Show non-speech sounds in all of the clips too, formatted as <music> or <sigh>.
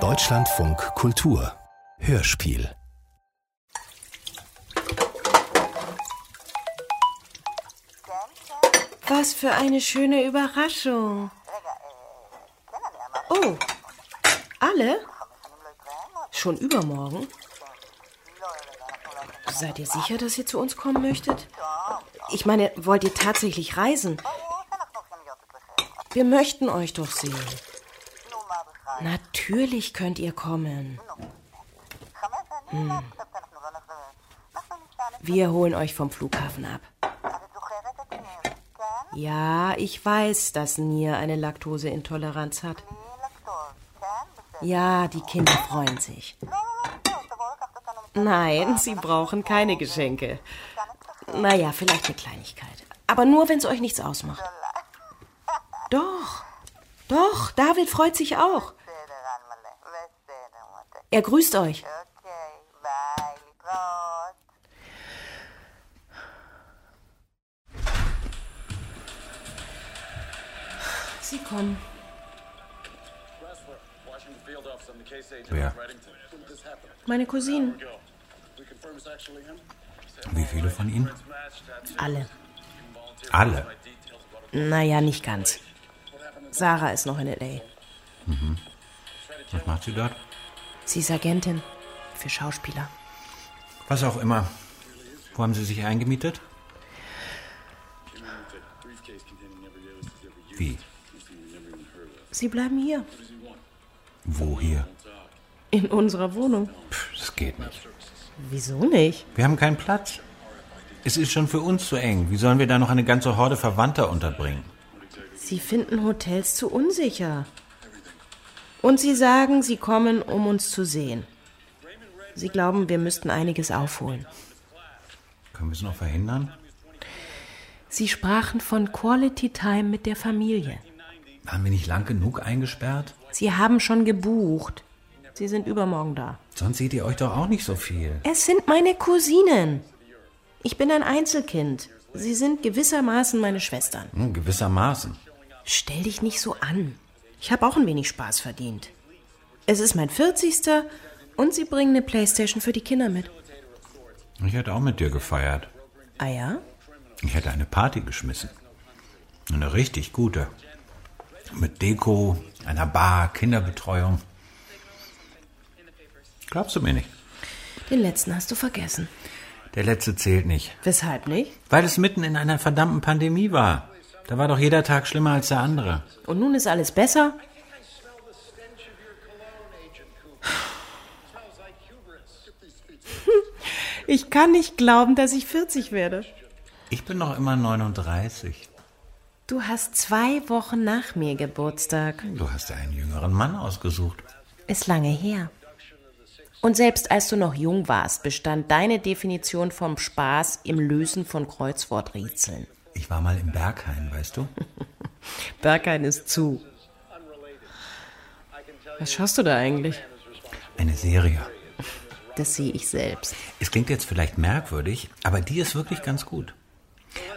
Deutschlandfunk Kultur Hörspiel Was für eine schöne Überraschung. Oh, alle? Schon übermorgen? Seid ihr sicher, dass ihr zu uns kommen möchtet? Ich meine, wollt ihr tatsächlich reisen? Wir möchten euch doch sehen. Natürlich könnt ihr kommen. Hm. לא Wir holen euch vom Flughafen ab. כן, Ja, ich weiß, dass Nia eine Laktoseintoleranz hat. כן, Ja, die Kinder freuen sich. לא, Nein, <laughs> sie brauchen keine Geschenke. Naja, vielleicht eine Kleinigkeit. Aber nur, wenn es euch nichts ausmacht. Doch, doch, David freut sich auch. Er grüßt euch. אוקיי, Sie kommen. Wer? Meine Cousinen. Wie viele von Ihnen? Alle. Alle. Naja, nicht ganz. Sarah ist noch in L.A. Was macht sie dort? Sie ist Agentin für Schauspieler. Was auch immer. Wo haben Sie sich eingemietet? Wie? Sie bleiben hier. Wo hier? In unserer Wohnung. Pff, das geht nicht. Wieso nicht? Wir haben keinen Platz. Es ist schon für uns zu eng. Wie sollen wir da noch eine ganze Horde Verwandter unterbringen? Sie finden Hotels zu unsicher. Und sie sagen, sie kommen, um uns zu sehen. Sie glauben, wir müssten einiges aufholen. Können wir es noch verhindern? Sie sprachen von Quality Time mit der Familie. Waren wir nicht lang genug eingesperrt? Sie haben schon gebucht. Sie sind übermorgen da. Sonst seht ihr euch doch auch nicht so viel. Es sind meine Cousinen. Ich bin ein Einzelkind. Sie sind gewissermaßen meine Schwestern. Hm, gewissermaßen. Stell dich nicht so an. Ich habe auch ein wenig Spaß verdient. Es ist mein 40. und sie bringen eine Playstation für die Kinder mit. Ich hätte auch mit dir gefeiert. Ah ja? Ich hätte eine Party geschmissen. Eine richtig gute. Mit Deko, einer Bar, Kinderbetreuung. Glaubst du mir nicht? Den letzten hast du vergessen. Der letzte zählt nicht. Weshalb nicht? Weil es mitten in einer verdammten Pandemie war. Da war doch jeder Tag schlimmer als der andere. Und nun ist alles besser? <laughs> Ich kann nicht glauben, dass ich 40 werde. Ich bin noch immer 39. Du hast zwei Wochen nach mir Geburtstag. Du hast dir einen jüngeren Mann ausgesucht. Ist lange her. Und selbst als du noch jung warst, bestand deine Definition vom Spaß im Lösen von Kreuzworträtseln. Ich war mal im Berghain, weißt du? Berghain ist zu. Was schaust du da eigentlich? Eine Serie. Das sehe ich selbst. Es klingt jetzt vielleicht merkwürdig, aber die ist wirklich ganz gut.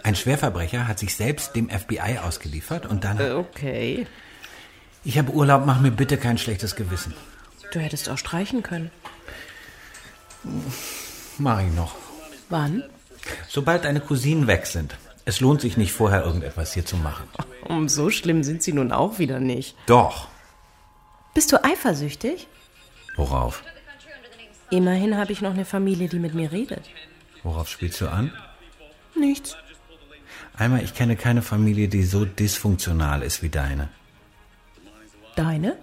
Ein Schwerverbrecher hat sich selbst dem FBI ausgeliefert und dann. Äh, Okay. Ich habe Urlaub, mach mir bitte kein schlechtes Gewissen. Du hättest auch streichen können. Mach ich noch. Wann? Sobald deine Cousinen weg sind. Es lohnt sich nicht, vorher irgendetwas hier zu machen. Um so schlimm sind sie nun auch wieder nicht. Doch. Bist du eifersüchtig? Worauf? Immerhin habe ich noch eine Familie, die mit mir redet. Worauf spielst du an? Nichts. Einmal, ich kenne keine Familie, die so dysfunktional ist wie deine. Deine?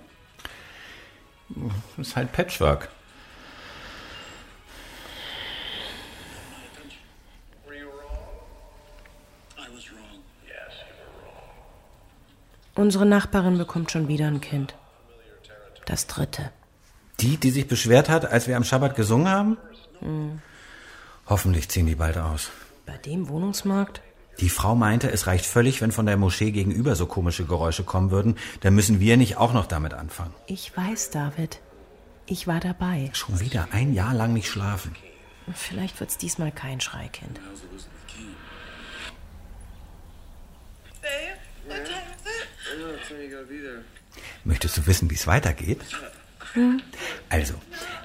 Das ist halt Patchwork. Unsere Nachbarin bekommt schon wieder ein Kind. Das dritte. Die, die sich beschwert hat, als wir am Schabbat gesungen haben? Hoffentlich ziehen die bald aus. Bei dem Wohnungsmarkt? Die Frau meinte, es reicht völlig, wenn von der Moschee gegenüber so komische Geräusche kommen würden. Dann müssen wir nicht auch noch damit anfangen. Ich weiß, David. Ich war dabei. Schon wieder ein Jahr lang nicht schlafen. Vielleicht wird's diesmal kein Schreikind. Dave, what time is it? Möchtest du wissen, wie es weitergeht? Also,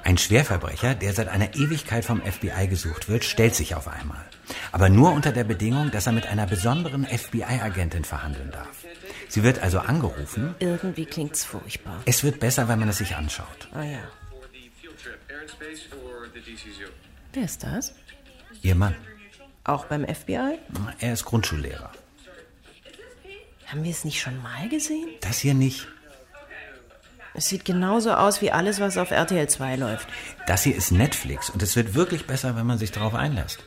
ein Schwerverbrecher, der seit einer Ewigkeit vom FBI gesucht wird, stellt sich auf einmal. Aber nur unter der Bedingung, dass er mit einer besonderen FBI-Agentin verhandeln darf. Sie wird also angerufen. Irgendwie klingt's furchtbar. Es wird besser, wenn man es sich anschaut. Ah ja. Wer ist das? Ihr Mann, Auch beim FBI? er ist Grundschullehrer. Haben wir es nicht schon mal gesehen? Das hier nicht. Es sieht genauso aus wie alles, was auf RTL 2 läuft. Das hier ist Netflix und es wird wirklich besser, wenn man sich darauf einlässt.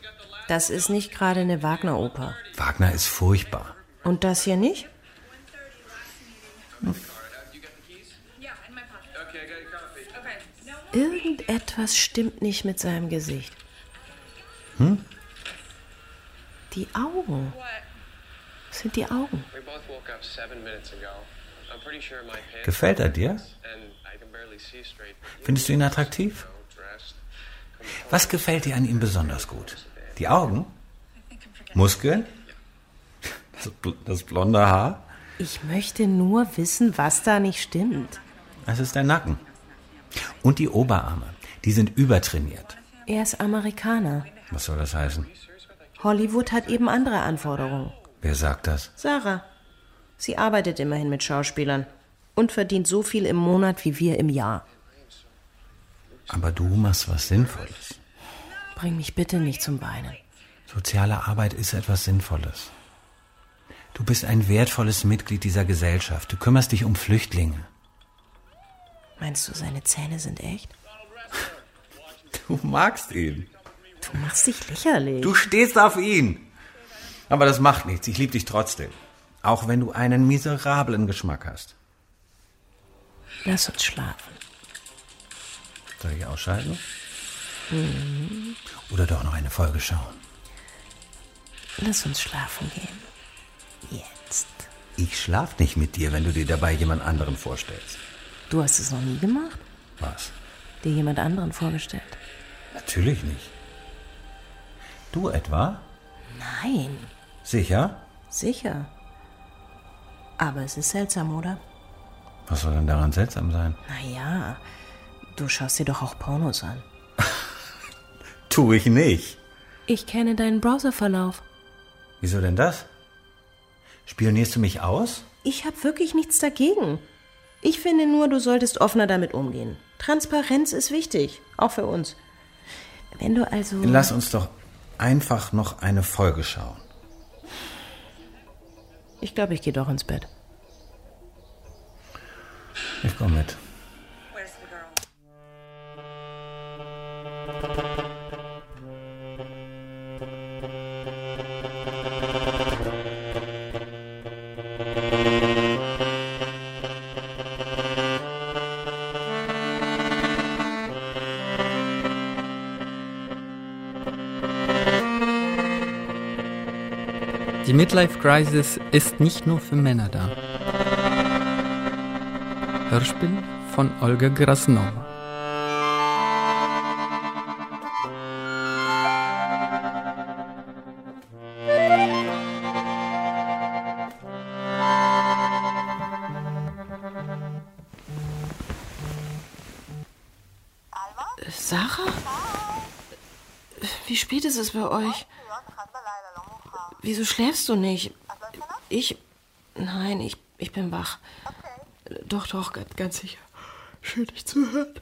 Das ist nicht gerade eine Wagner-Oper. Wagner ist furchtbar. Und das hier nicht? Irgendetwas stimmt nicht mit seinem Gesicht. Hm? Die Augen. Was Sind die Augen. We both woke up seven minutes ago. I'm pretty sure my pants Gefällt er dir? and I can barely see straight. Findest du ihn attraktiv? Dressed. Was gefällt dir an ihm besonders gut? Die Augen? Muskeln? Das, bl- das blonde Haar? Ich möchte nur wissen, was da nicht stimmt. Das ist der Nacken. Und die Oberarme. Die sind übertrainiert. Er ist Amerikaner. Was soll das heißen? Hollywood hat eben andere Anforderungen. Wer sagt das? Sarah. Sie arbeitet immerhin mit Schauspielern und verdient so viel im Monat wie wir im Jahr. Aber du machst was Sinnvolles. Bring mich bitte nicht zum Beinen. Soziale Arbeit ist etwas Sinnvolles. Du bist ein wertvolles Mitglied dieser Gesellschaft. Du kümmerst dich um Flüchtlinge. Meinst du, seine Zähne sind echt? Du magst ihn. Du machst dich lächerlich. Du stehst auf ihn. Aber das macht nichts. Ich liebe dich trotzdem. Auch wenn du einen miserablen Geschmack hast. Lass uns schlafen. Soll ich ausschalten? Mhm. Oder doch noch eine Folge schauen? Lass uns schlafen gehen. Jetzt. Ich schlaf nicht mit dir, wenn du dir dabei jemand anderen vorstellst. Du hast es noch nie gemacht? Was? Dir jemand anderen vorgestellt? Natürlich nicht. Du etwa? Nein. Sicher? Sicher. Aber es ist seltsam, oder? Was soll denn daran seltsam sein? Naja, du schaust dir doch auch Pornos an. Tu ich nicht. Ich kenne deinen Browserverlauf. Wieso denn das? Spionierst du mich aus? Ich habe wirklich nichts dagegen. Ich finde nur, du solltest offener damit umgehen. Transparenz ist wichtig, auch für uns. Wenn du also. Lass uns doch einfach noch eine Folge schauen. Ich glaube, ich gehe doch ins Bett. Ich komme mit. Where's the girl? Die Midlife Crisis ist nicht nur für Männer da. Hörspiel von Olga Grasnova. Sarah? Wie spät ist es bei euch? לא Wieso schläfst du nicht? Ich. Nein, ich, ich bin wach. אוקיי, Doch, doch, ganz, ganz sicher. Schön, dich zu hören.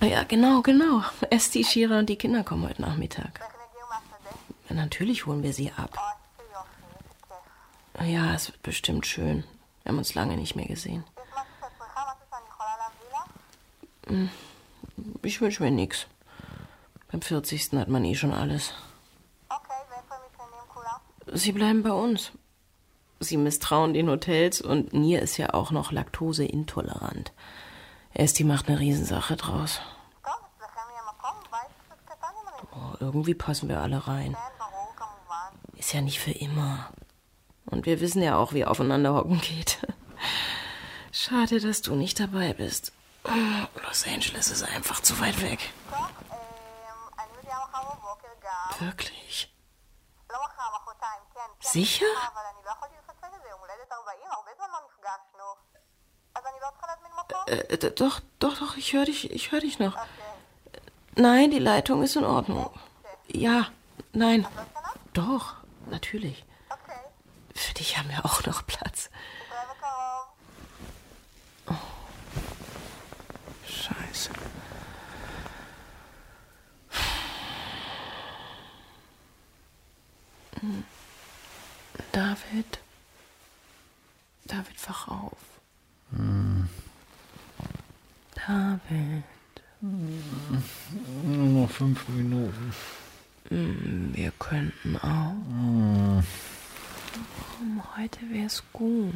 כן, Ja, genau, genau. Esti, Shira und die Kinder kommen heute Nachmittag. Ja, natürlich holen wir sie ab. Ja, es wird bestimmt schön. Wir haben uns lange nicht mehr gesehen. Ich wünsche mir nichts. Beim 40. hat man eh schon alles. אוקיי, Sie bleiben bei uns. Sie misstrauen den Hotels und Nir ist ja auch noch laktoseintolerant. Esti macht eine Riesensache draus. Oh, irgendwie passen wir alle rein. Ist ja nicht für immer. Und wir wissen ja auch, wie aufeinander hocken geht. <laughs> Schade, dass du nicht dabei bist. Los Angeles ist einfach zu weit weg. Wirklich? Wirklich? Sicher? Äh, d- doch, doch, doch, ich höre dich, ich höre dich noch. Nein, die Leitung ist in Ordnung. Ja, nein. Doch, natürlich. Für dich haben wir auch noch Platz. Scheiße. Hm. David. David, wach auf. David. Nur noch fünf Minuten. Hm, Wir könnten auch. Hm, Heute wäre es gut.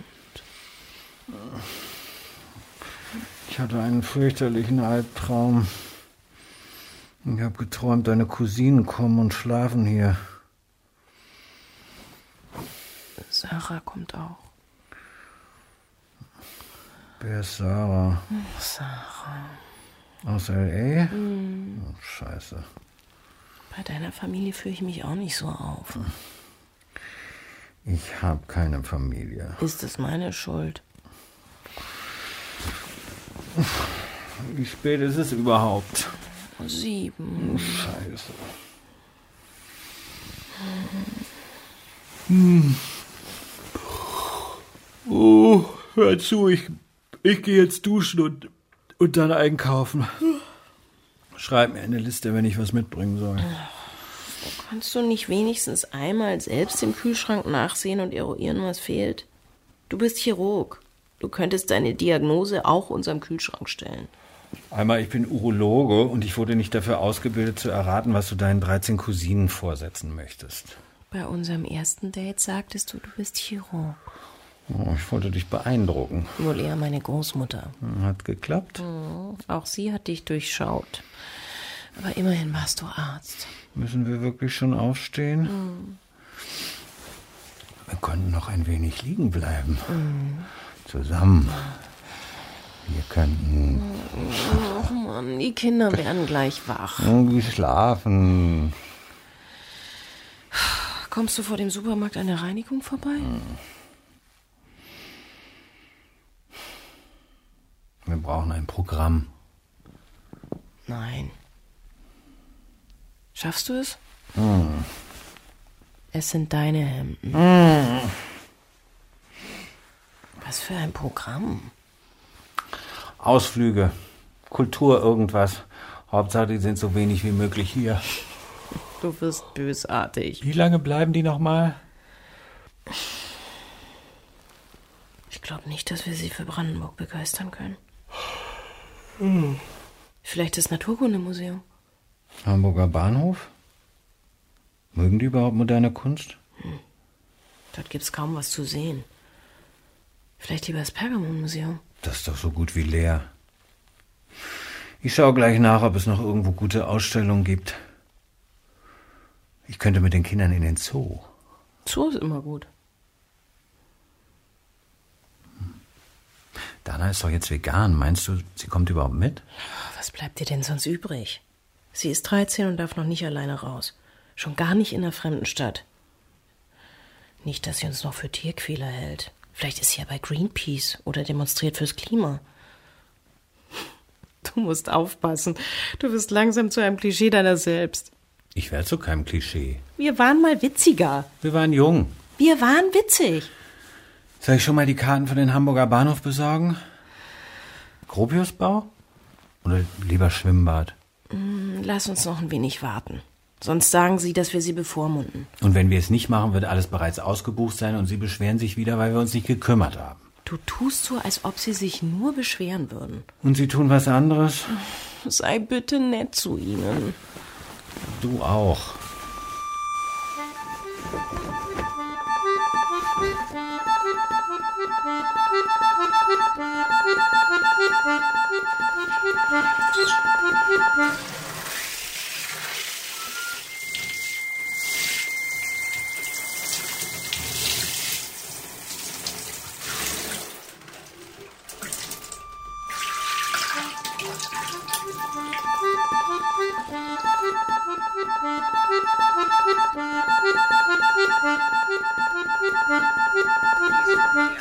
Ich hatte einen fürchterlichen Albtraum. Ich habe geträumt, deine Cousinen kommen und schlafen hier. Sarah kommt auch. Wer ist Sarah? Sarah. Aus L.A.? Oh, scheiße. Bei deiner Familie führe ich mich auch nicht so auf. Ich habe keine Familie. Ist es meine Schuld? Wie spät ist es überhaupt? Sieben. Scheiße. Hm. Oh, hör zu, ich, ich gehe jetzt duschen und, und dann einkaufen. Schreib mir eine Liste, wenn ich was mitbringen soll. Kannst du nicht wenigstens einmal selbst im Kühlschrank nachsehen und eruieren, was fehlt? Du bist Chirurg. Du könntest deine Diagnose auch unserem Kühlschrank stellen. Einmal, ich bin Urologe und ich wurde nicht dafür ausgebildet zu erraten, was du deinen 13 Cousinen vorsetzen möchtest. Bei unserem ersten Date sagtest du, du bist Chirurg. Oh, ich wollte dich beeindrucken. Wohl eher meine Großmutter. Hat geklappt. Auch sie hat dich durchschaut. Aber immerhin warst du Arzt. Müssen wir wirklich schon aufstehen? Mhm. Wir konnten noch ein wenig liegen bleiben. Mhm. Zusammen. Wir könnten Och Mann, die Kinder werden gleich wach. irgendwie schlafen. Kommst du vor dem Supermarkt an der Reinigung vorbei? Wir brauchen ein Programm. Nein. Schaffst du es? Es sind deine Hemden. Was für ein Programm. Ausflüge, Kultur, irgendwas. Hauptsache, die sind so wenig wie möglich hier. Du wirst bösartig. Wie lange bleiben die nochmal? Ich glaube nicht, dass wir sie für Brandenburg begeistern können. Vielleicht das Naturkundemuseum. Hamburger Bahnhof? Mögen die überhaupt moderne Kunst? Dort gibt's kaum was zu sehen. Vielleicht lieber das Pergamonmuseum. Das ist doch so gut wie leer. Ich schaue gleich nach, ob es noch irgendwo gute Ausstellungen gibt. Ich könnte mit den Kindern in den Zoo. Zoo ist immer gut. Dana ist doch jetzt vegan. Meinst du, sie kommt überhaupt mit? Was bleibt dir denn sonst übrig? Sie ist 13 und darf noch nicht alleine raus. Schon gar nicht in einer fremden Stadt. Nicht, dass sie uns noch für Tierquäler hält. Vielleicht ist sie ja bei Greenpeace oder demonstriert fürs Klima. Du musst aufpassen. Du wirst langsam zu einem Klischee deiner selbst. Ich werde zu keinem Klischee. Wir waren mal witziger. Wir waren jung. Wir waren witzig. Soll ich schon mal die Karten für den Hamburger Bahnhof besorgen? Gropiusbau? Oder lieber Schwimmbad? Lass uns noch ein wenig warten. Sonst sagen sie, dass wir sie bevormunden. Und wenn wir es nicht machen, wird alles bereits ausgebucht sein und sie beschweren sich wieder, weil wir uns nicht gekümmert haben. Du tust so, als ob sie sich nur beschweren würden. Und sie tun was anderes? Sei bitte nett zu ihnen. Du auch.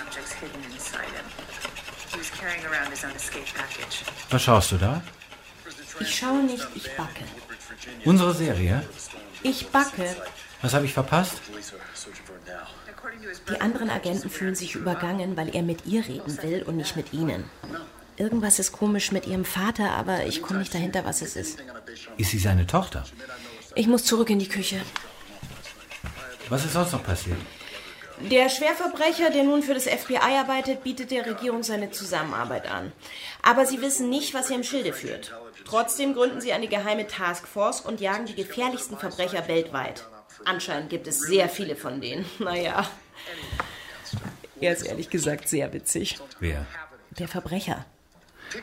objects hidden inside him. carrying around his own escape package. Was schaust du da? Ich schaue nicht, ich backe. Unsere Serie? Ich backe. Was habe ich verpasst? Die anderen Agenten fühlen sich übergangen, weil er mit ihr reden will und nicht mit ihnen. Irgendwas ist komisch mit ihrem Vater, aber ich komme nicht dahinter, was es ist. Ist sie seine Tochter? Ich muss zurück in die Küche. Was ist sonst noch passiert? Der Schwerverbrecher, der nun für das FBI arbeitet, bietet der Regierung seine Zusammenarbeit an. Aber sie wissen nicht, was ihr im Schilde führt. Trotzdem gründen sie eine geheime Taskforce und jagen die gefährlichsten Verbrecher weltweit. Anscheinend gibt es sehr viele von denen. <laughs> Naja. Er ist ehrlich gesagt sehr witzig. Wer? Der Verbrecher.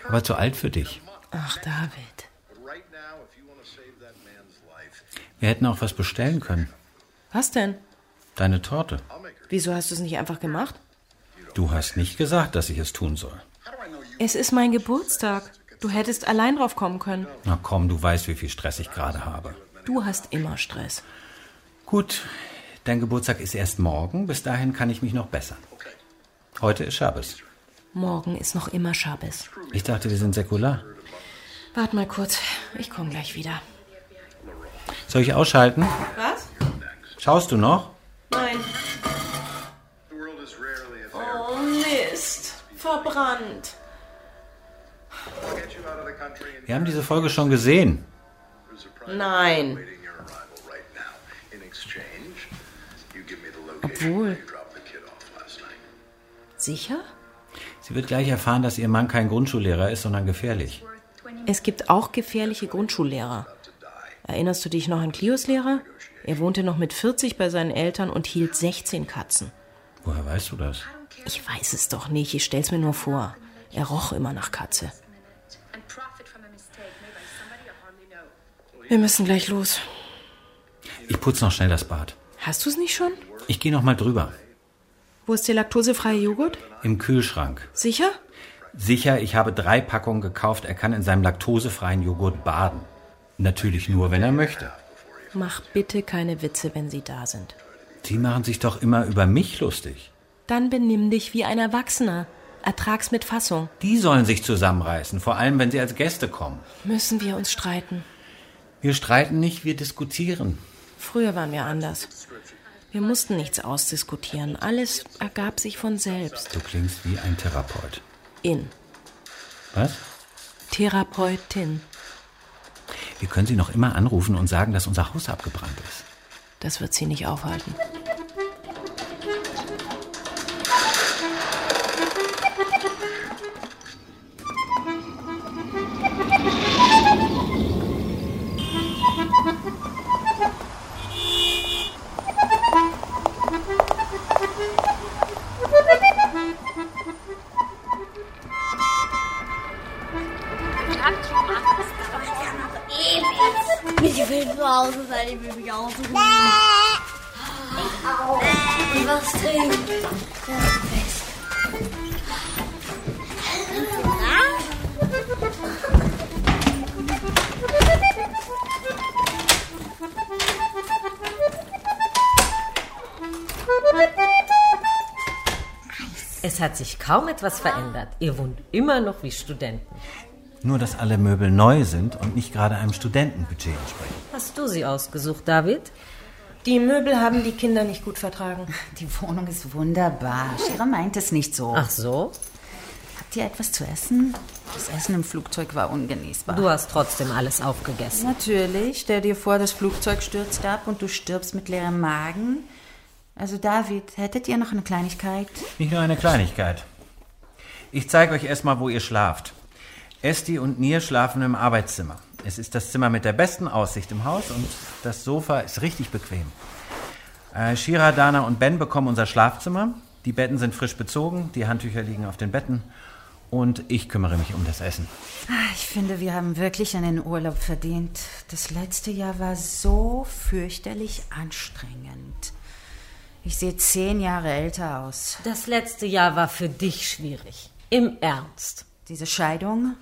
Aber zu alt für dich. Ach, David. Wir hätten auch was bestellen können. Was denn? Deine Torte. Wieso hast du es nicht einfach gemacht? Du hast nicht gesagt, dass ich es tun soll. Es ist mein Geburtstag. Du hättest allein drauf kommen können. Na komm, du weißt, wie viel Stress ich gerade habe. Du hast immer Stress. Gut, dein Geburtstag ist erst morgen. Bis dahin kann ich mich noch bessern. Heute ist Schabes. Morgen ist noch immer Schabes. Ich dachte, wir sind säkular. Warte mal kurz. Ich komme gleich wieder. Soll ich ausschalten? Was? Schaust du noch? Nein. Oh, Mist. Verbrannt. Wir haben diese Folge schon gesehen. Nein. Obwohl. Sicher? Sie wird gleich erfahren, dass ihr Mann kein Grundschullehrer ist, sondern gefährlich. Es gibt auch gefährliche Grundschullehrer. Erinnerst du dich noch an Clios Lehrer? Er wohnte noch mit 40 bei seinen Eltern und hielt 16 Katzen. Woher weißt du das? Ich weiß es doch nicht, ich stell's mir nur vor. Er roch immer nach Katze. And profit from a mistake made by somebody I hardly know. Wir müssen gleich los. Ich putze noch schnell das Bad. Hast du's nicht schon? Ich gehe noch mal drüber. Wo ist der laktosefreie Joghurt? Im Kühlschrank. Sicher? Sicher, ich habe drei Packungen gekauft. Er kann in seinem laktosefreien Joghurt baden. Natürlich nur, wenn er möchte. Mach bitte keine Witze, wenn sie da sind. Sie machen sich doch immer über mich lustig. Dann benimm dich wie ein Erwachsener. Ertrag's mit Fassung. Die sollen sich zusammenreißen, vor allem wenn sie als Gäste kommen. Müssen wir uns streiten. Wir streiten nicht, wir diskutieren. Früher waren wir anders. Wir mussten nichts ausdiskutieren. Alles ergab sich von selbst. Du klingst wie ein Therapeut. In. Was? Therapeutin. Wir können sie noch immer anrufen und sagen, dass unser Haus abgebrannt ist. Das wird sie nicht aufhalten. Ich will zu Hause sein, ich will mich ausruhen. Und was trinken. Es hat sich kaum etwas verändert. Ihr wohnt immer noch wie Studenten. Nur, dass alle Möbel neu sind und nicht gerade einem Studentenbudget entsprechen. Hast du sie ausgesucht, David? Die Möbel haben die Kinder nicht gut vertragen. Die Wohnung ist wunderbar. Schere meint es nicht so. Ach so? Habt ihr etwas zu essen? Das Essen im Flugzeug war ungenießbar. Du hast trotzdem alles aufgegessen. Natürlich. Stell dir vor, das Flugzeug stürzt ab und du stirbst mit leerem Magen. Also David, hättet ihr noch eine Kleinigkeit? Nicht nur eine Kleinigkeit. Ich zeige euch erstmal, wo ihr schlaft. Esti und Nir schlafen im Arbeitszimmer. Es ist das Zimmer mit der besten Aussicht im Haus und das Sofa ist richtig bequem. Äh, Shira, Dana und Ben bekommen unser Schlafzimmer. Die Betten sind frisch bezogen, die Handtücher liegen auf den Betten und ich kümmere mich um das Essen. Ah, Ich finde, wir haben wirklich einen Urlaub verdient. Das letzte Jahr war so fürchterlich anstrengend. Ich sehe zehn Jahre älter aus. Das letzte Jahr war für dich schwierig. Im Ernst. Diese Scheidung.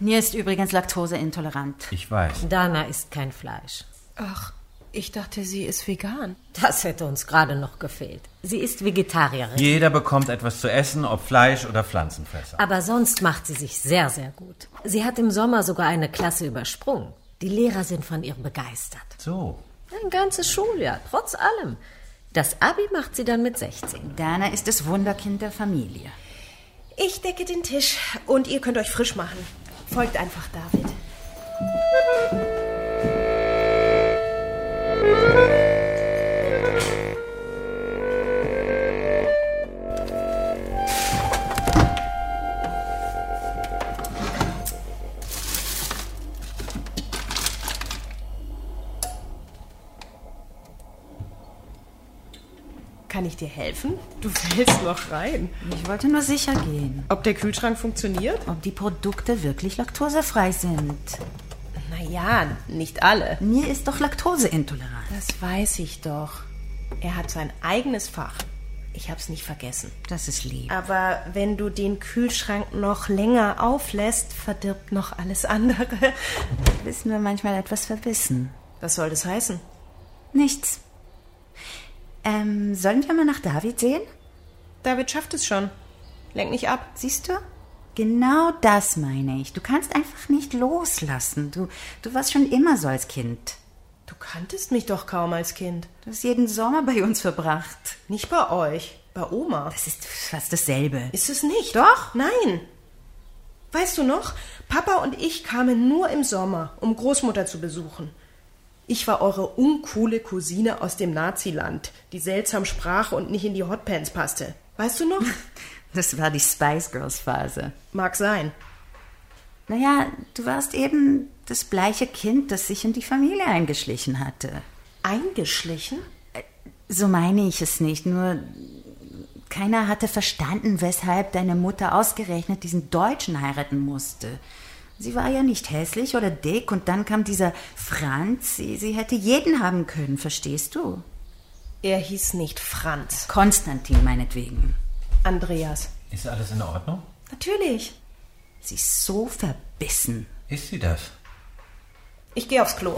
Nir ist übrigens laktoseintolerant. Ich weiß. Dana isst kein Fleisch. Ach, Ich dachte, sie ist vegan. Das hätte uns gerade noch gefehlt. Sie ist Vegetarierin. Jeder bekommt etwas zu essen, ob Fleisch oder Pflanzenfresser. Aber sonst macht sie sich sehr, sehr gut. Sie hat im Sommer sogar eine Klasse übersprungen. Die Lehrer sind von ihr begeistert. So. Ein ganzes Schuljahr, trotz allem. Das Abi macht sie dann mit 16. Dana ist das Wunderkind der Familie. Ich decke den Tisch und ihr könnt euch frisch machen. Folgt einfach David. Kann ich dir helfen? Du fällst noch rein. Ich wollte nur sicher gehen, Ob der Kühlschrank funktioniert? ob die Produkte wirklich laktosefrei sind. Naja, nicht alle. Mir ist doch Laktoseintolerant. Das weiß ich doch. Er hat sein eigenes Fach. Ich hab's nicht vergessen. Das ist lieb. Aber wenn du den Kühlschrank noch länger auflässt, verdirbt noch alles andere. Wissen wir manchmal etwas verbissen? Was soll das heißen? Nichts. Ähm, sollen wir mal nach David sehen? David schafft es schon. Lenk nicht ab. Siehst du? Genau das meine ich. Du kannst einfach nicht loslassen. Du, du warst schon immer so als Kind. Du kanntest mich doch kaum als Kind. Du hast jeden Sommer bei uns verbracht. Nicht bei euch, bei Oma. Das ist fast dasselbe. Ist es nicht? Doch. Nein. Weißt du noch, Papa und ich kamen nur im Sommer, um Großmutter zu besuchen. Ich war eure uncoole Cousine aus dem Naziland, die seltsam sprach und nicht in die Hotpants passte. Weißt <laughs> du noch? Das war die Spice Girls Phase. Mag sein. Naja, du warst eben das bleiche Kind, das sich in die Familie eingeschlichen hatte. Eingeschlichen? So meine ich es nicht, nur keiner hatte verstanden, weshalb deine Mutter ausgerechnet diesen Deutschen heiraten musste. Sie war ja nicht hässlich oder dick und dann kam dieser Franz, sie, sie hätte jeden haben können, verstehst du? Er hieß nicht Franz. Konstantin meinetwegen. Andreas. Ist alles in Ordnung? Natürlich. Sie ist so verbissen. Ist sie das? Ich gehe aufs Klo.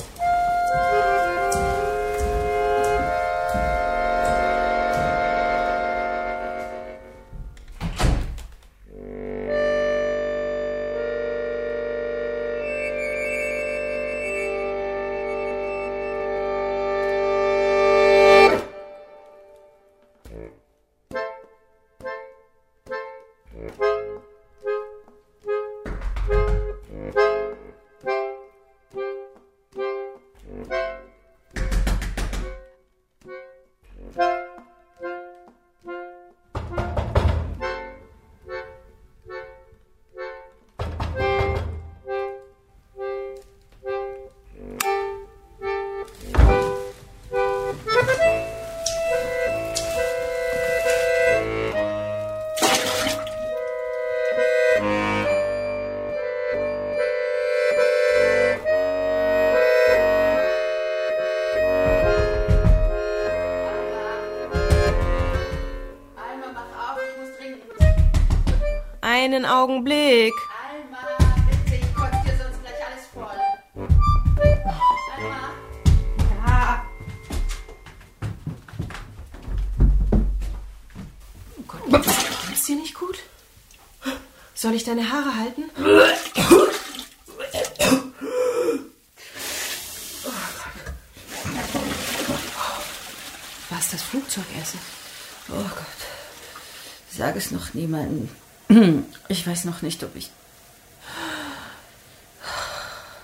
Einen Augenblick. Geht's dir nicht gut? Soll ich deine Haare halten? Was das Flugzeugessen? Oh Gott, sag es noch niemandem. Ich weiß noch nicht, ob ich...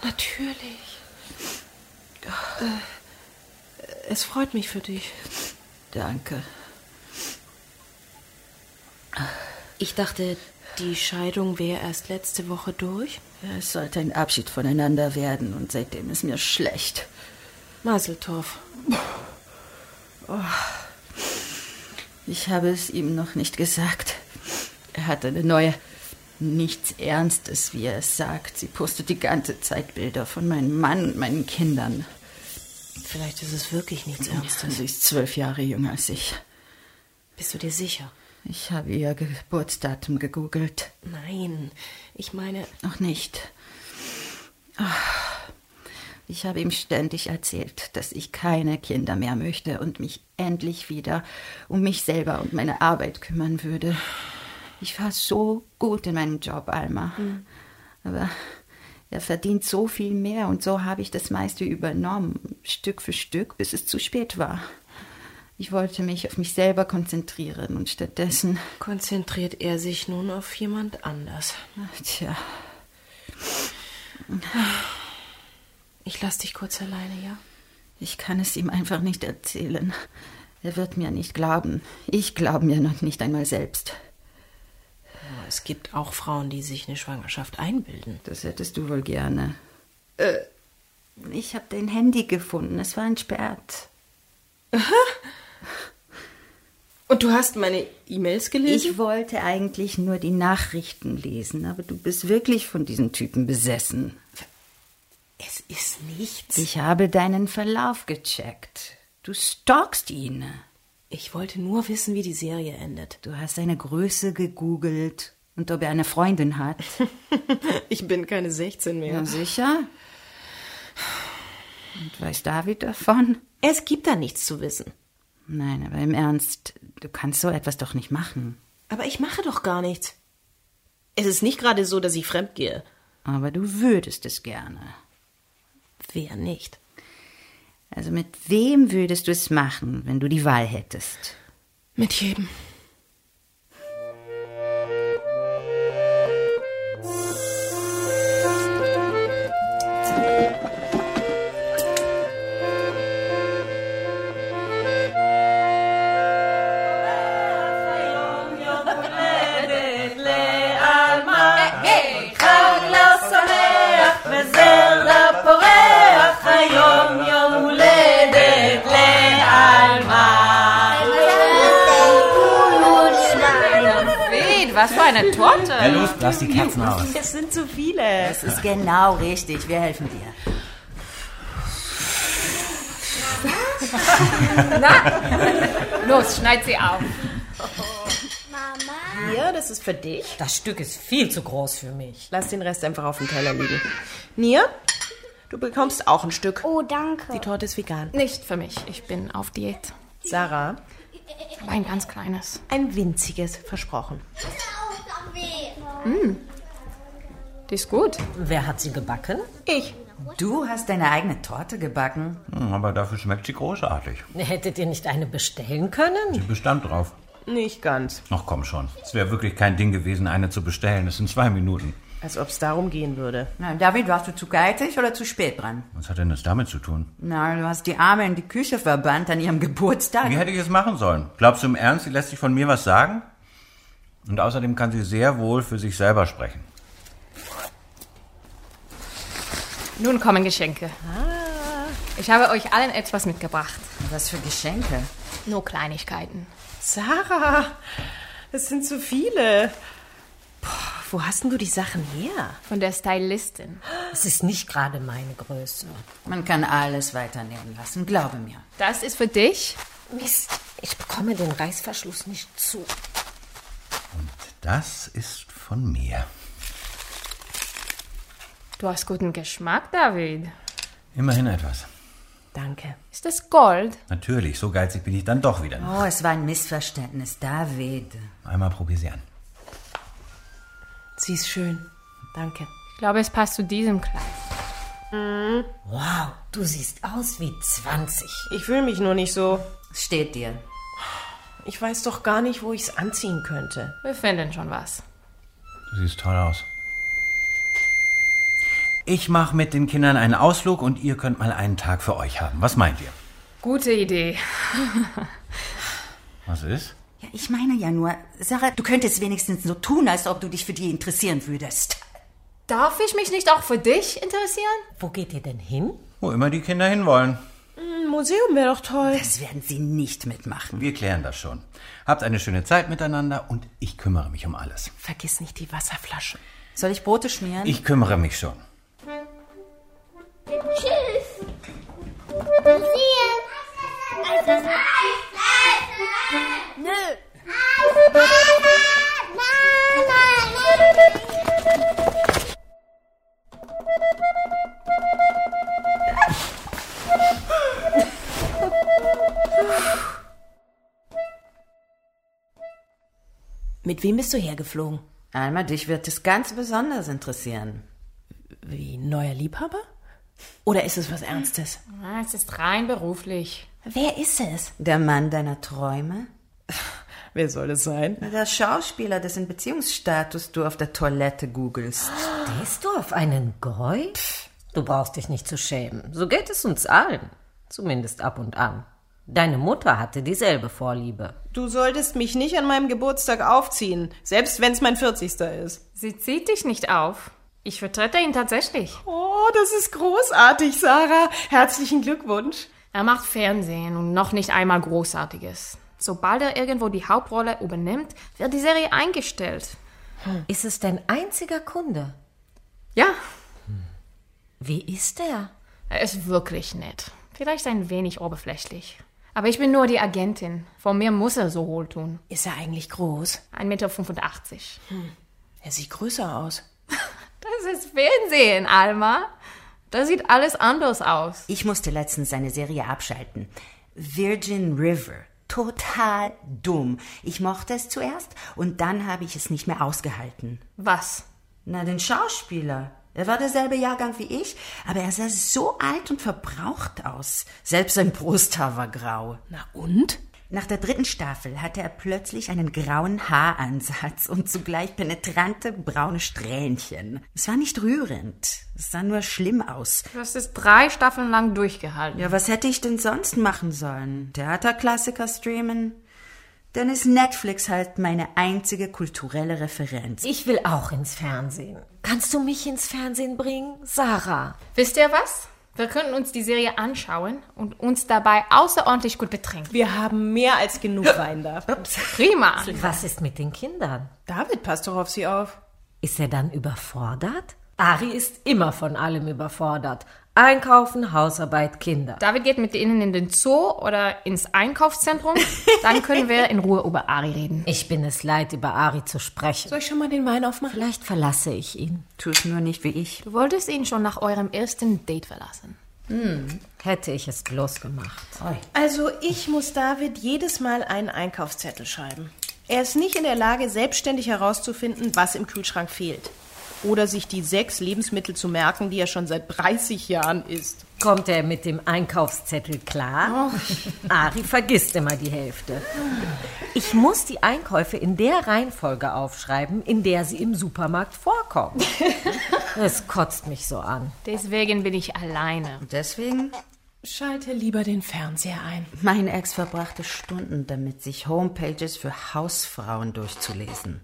Natürlich. Äh, es freut mich für dich. Danke. Ich dachte, die Scheidung wäre erst letzte Woche durch. Es sollte ein Abschied voneinander werden und seitdem ist mir schlecht. Maseltorf. Ich habe es ihm noch nicht gesagt. Er hat eine neue. Nichts Ernstes, wie er es sagt. Sie postet die ganze Zeit Bilder von meinem Mann und meinen Kindern. Vielleicht ist es wirklich nichts Ernstes. Sie ist zwölf Jahre jünger als ich. Bist du dir sicher? Ich habe ihr Geburtsdatum gegoogelt. Nein. Ich meine, Noch nicht. Ah. Ich habe ihm ständig erzählt, dass ich keine Kinder mehr möchte und mich endlich wieder um mich selber und meine Arbeit kümmern würde. Ich war so gut in meinem Job, Alma. Mhm. Aber er verdient so viel mehr und so habe ich das meiste übernommen, Stück für Stück, bis es zu spät war. Ich wollte mich auf mich selber konzentrieren und stattdessen. Konzentriert er sich nun auf jemand anders. Tja. Ich lass dich kurz alleine, ja? Ich kann es ihm einfach nicht erzählen. Er wird mir nicht glauben. Ich glaube mir noch nicht einmal selbst. Aber Es gibt auch Frauen, die sich eine Schwangerschaft einbilden. Das hättest du wohl gerne. Ich habe dein Handy gefunden. Es war entsperrt. Und du hast meine E-Mails gelesen? Ich wollte eigentlich nur die Nachrichten lesen, aber du bist wirklich von diesem Typen besessen. Es ist nichts. Ich habe deinen Verlauf gecheckt. Du stalkst ihn. Ich wollte nur wissen, wie die Serie endet. Du hast seine Größe gegoogelt und ob er eine Freundin hat. <laughs> Ich bin keine 16 mehr. Ja, sicher. Und weiß David davon? Es gibt da nichts zu wissen. Nein, aber im Ernst, du kannst so etwas doch nicht machen. Aber ich mache doch gar nichts. Es ist nicht gerade so, dass ich fremd gehe. Aber du würdest es gerne. Wer nicht? Also mit wem würdest du es machen, wenn du die Wahl hättest? Mit jedem. Was für eine Torte! Na los, lass die Kerzen aus. Es sind so viele. Das ist genau richtig. Wir helfen dir. Los, schneid sie auf. Mama. Hier, das ist für dich. Das Stück ist viel zu groß für mich. Lass den Rest einfach auf dem Teller liegen. Nia, du bekommst auch ein Stück. Oh, danke. Die Torte ist vegan. Nicht für mich. Ich bin auf Diät. Sarah, Aber ein ganz kleines. ein winziges versprochen. Die ist gut. Wer hat sie gebacken? Ich. Du hast deine eigene Torte gebacken. Hm, Aber dafür schmeckt sie großartig. Hättet ihr nicht eine bestellen können? Sie bestand drauf. Nicht ganz. Ach komm schon. Es wäre wirklich kein Ding gewesen, eine zu bestellen. Es sind zwei Minuten. Als ob es darum gehen würde. Na, David, warst du zu geizig oder zu spät dran? Was hat denn das damit zu tun? Na, du hast die Arme in die Küche verbannt an ihrem Geburtstag. Wie hätte ich es machen sollen? Glaubst du im Ernst, sie lässt sich von mir was sagen? Und außerdem kann sie sehr wohl für sich selber sprechen. Nun kommen Geschenke. Ich habe euch allen etwas mitgebracht. Was für Geschenke. Nur Kleinigkeiten. Sarah, es sind so viele. Boah, wo hast denn du die Sachen her? Von der Stylistin. Es ist nicht gerade meine Größe. Man kann alles weiternehmen lassen, glaube mir. Das ist für dich. Mist, ich bekomme den Reißverschluss nicht zu. Das ist von mir. Du hast guten Geschmack, David. Immerhin etwas. Danke. Ist das Gold? Natürlich, so geizig bin ich dann doch wieder nicht. Oh, es war ein Missverständnis, David. Oh. Einmal probier sie an. Sie ist schön. Danke. Ich glaube, es passt zu diesem Kleid. Wow, du siehst aus wie 20. Ich fühle mich nur nicht so. Steht dir. Ich weiß doch gar nicht, wo ich es anziehen könnte. Wir finden schon was. Du siehst toll aus. Ich mache mit den Kindern einen Ausflug und ihr könnt mal einen Tag für euch haben. Was meint ihr? Gute Idee. <laughs> Was ist? Ja, ich meine ja nur, Sarah, du könntest wenigstens so tun, als ob du dich für die interessieren würdest. Darf ich mich nicht auch für dich interessieren? Wo geht ihr denn hin? Wo immer die Kinder hinwollen. Ein Museum wäre doch toll. Das werden sie nicht mitmachen. Wir klären das schon. Habt eine schöne Zeit miteinander und ich kümmere mich um alles. Vergiss nicht die Wasserflasche. Soll ich Brote schmieren? Ich kümmere mich schon. Tschüss. Wir sehen. Es ist Eis. Nö. Eis. Nein, nein, nein. Mit wem bist du hergeflogen? Alma, dich wird es ganz besonders interessieren. Wie neuer Liebhaber? Oder ist es was Ernstes? Ah, Es ist rein beruflich. Wer ist es? Der Mann deiner Träume? Wer soll das sein? Der Schauspieler, dessen Beziehungsstatus du auf der Toilette googelst. Stehst du auf einen Goy? Pff, Du brauchst dich nicht zu schämen. So geht es uns allen. Zumindest ab und an. Deine Mutter hatte dieselbe Vorliebe. Du solltest mich nicht an meinem Geburtstag aufziehen, selbst wenn es mein 40. ist. Sie zieht dich nicht auf. Ich vertrete ihn tatsächlich. Oh, das ist großartig, Sarah. Herzlichen Glückwunsch. Er macht Fernsehen und noch nicht einmal Großartiges. Sobald er irgendwo die Hauptrolle übernimmt, wird die Serie eingestellt. Ist es dein einziger Kunde? Ja, Wie ist er? er ist wirklich nett. Vielleicht ein wenig oberflächlich. Aber ich bin nur die Agentin. Von mir muss er so hohl tun. Ist er eigentlich groß? 1,85 Meter. Er sieht größer aus. Das ist Fernsehen, Alma. Da sieht alles anders aus. Ich musste letztens seine Serie abschalten. Virgin River. Total dumm. Ich mochte es zuerst und dann habe ich es nicht mehr ausgehalten. Was? Na, den Schauspieler. Er war derselbe Jahrgang wie ich, aber er sah so alt und verbraucht aus. Selbst sein Brusthaar war grau. Na und? Nach der dritten Staffel hatte er plötzlich einen grauen Haaransatz und zugleich penetrante braune Strähnchen. Es war nicht rührend. Es sah nur schlimm aus. Du hast es drei Staffeln lang durchgehalten. Ja, was hätte ich denn sonst machen sollen? Theaterklassiker streamen? Dann ist Netflix halt meine einzige kulturelle Referenz. Ich will auch ins Fernsehen. Kannst du mich ins Fernsehen bringen, Sarah? Wisst ihr was? Wir könnten uns die Serie anschauen und uns dabei außerordentlich gut betrinken. Wir haben mehr als genug Wein da. Prima. Was ist mit den Kindern? David passt doch auf sie auf. Ist er dann überfordert? Ari ist immer von allem überfordert. Einkaufen, Hausarbeit, Kinder. David geht mit ihnen in den Zoo oder ins Einkaufszentrum. Dann können wir in Ruhe über Ari reden. Ich bin es leid, über Ari zu sprechen. Soll ich schon mal den Wein aufmachen? Vielleicht verlasse ich ihn. Tu es nur nicht wie ich. Du wolltest ihn schon nach eurem ersten Date verlassen. Hm, Hätte ich es bloß gemacht. Also ich muss David jedes Mal einen Einkaufszettel schreiben. Er ist nicht in der Lage, selbstständig herauszufinden, was im Kühlschrank fehlt. Oder sich die sechs Lebensmittel zu merken, die er schon seit 30 Jahren isst. Kommt er mit dem Einkaufszettel klar? Ari vergisst immer die Hälfte. Ich muss die Einkäufe in der Reihenfolge aufschreiben, in der sie im Supermarkt vorkommen. <laughs> Es kotzt mich so an. Deswegen bin ich alleine. Deswegen, Schalte lieber den Fernseher ein. mein Ex verbrachte Stunden damit, sich Homepages für Hausfrauen durchzulesen.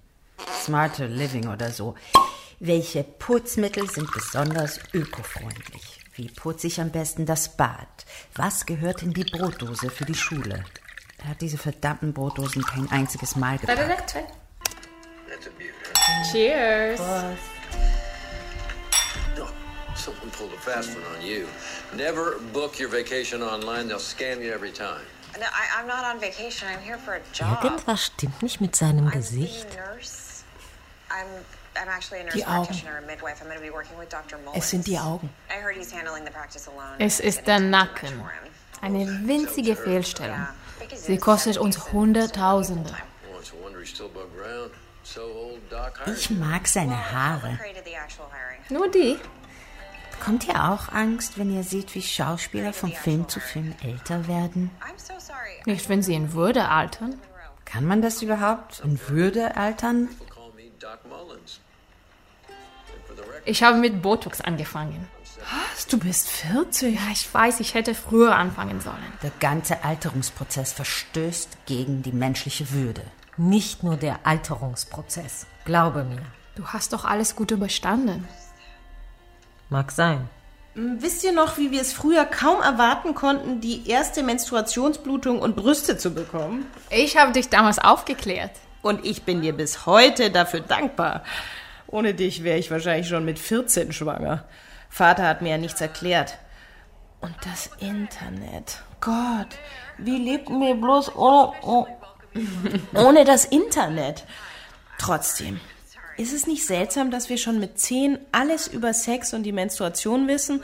Smarter Living oder so. Welche Putzmittel sind besonders ökofreundlich? Wie putze ich am besten das Bad? Was gehört in die Brotdose für die Schule? Er hat diese verdammten Brotdosen kein einziges Mal gepackt. Cheers. Someone pulled a fast one on you. Never book your vacation online. They'll scam you every time. No, I, I'm not on vacation. I'm here for a job. Irgendwas stimmt nicht mit seinem I'm Gesicht. a nurse. I'm, I'm actually a nurse Die Augen. practitioner and midwife. I'm going to be working with Dr. Mullins. Es sind die Augen. I heard he's handling the practice alone. Es ist der Nacken. Eine winzige Fehlstellung. Sie kostet uns Hunderttausende. Oh, it's a wonder he's still bugged around. So old Doc hired Ich mag seine Haare. Created the actual hiring. Nur die. Kommt ihr auch Angst, wenn ihr seht, wie Schauspieler vom Film zu Film älter werden? I'm so sorry. Nicht, wenn sie in Würde altern. Kann man das überhaupt in Würde altern? People call me Doc Mullins. And for the record, Ich habe mit Botox angefangen. Was? Du bist 40? Ja, ich weiß, ich hätte früher anfangen sollen. Der ganze Alterungsprozess verstößt gegen die menschliche Würde. Nicht nur der Alterungsprozess. Glaube mir. Du hast doch alles gut überstanden. Mag sein. Wisst ihr noch, wie wir es früher kaum erwarten konnten, die erste Menstruationsblutung und Brüste zu bekommen? Ich habe dich damals aufgeklärt. Und ich bin dir bis heute dafür dankbar. Ohne dich wäre ich wahrscheinlich schon mit 14 schwanger. Vater hat mir ja nichts erklärt. Und das Internet. Gott, wie lebten wir bloß ohne, oh- ohne das Internet? Trotzdem, ist es nicht seltsam, dass wir schon mit 10 alles über Sex und die Menstruation wissen,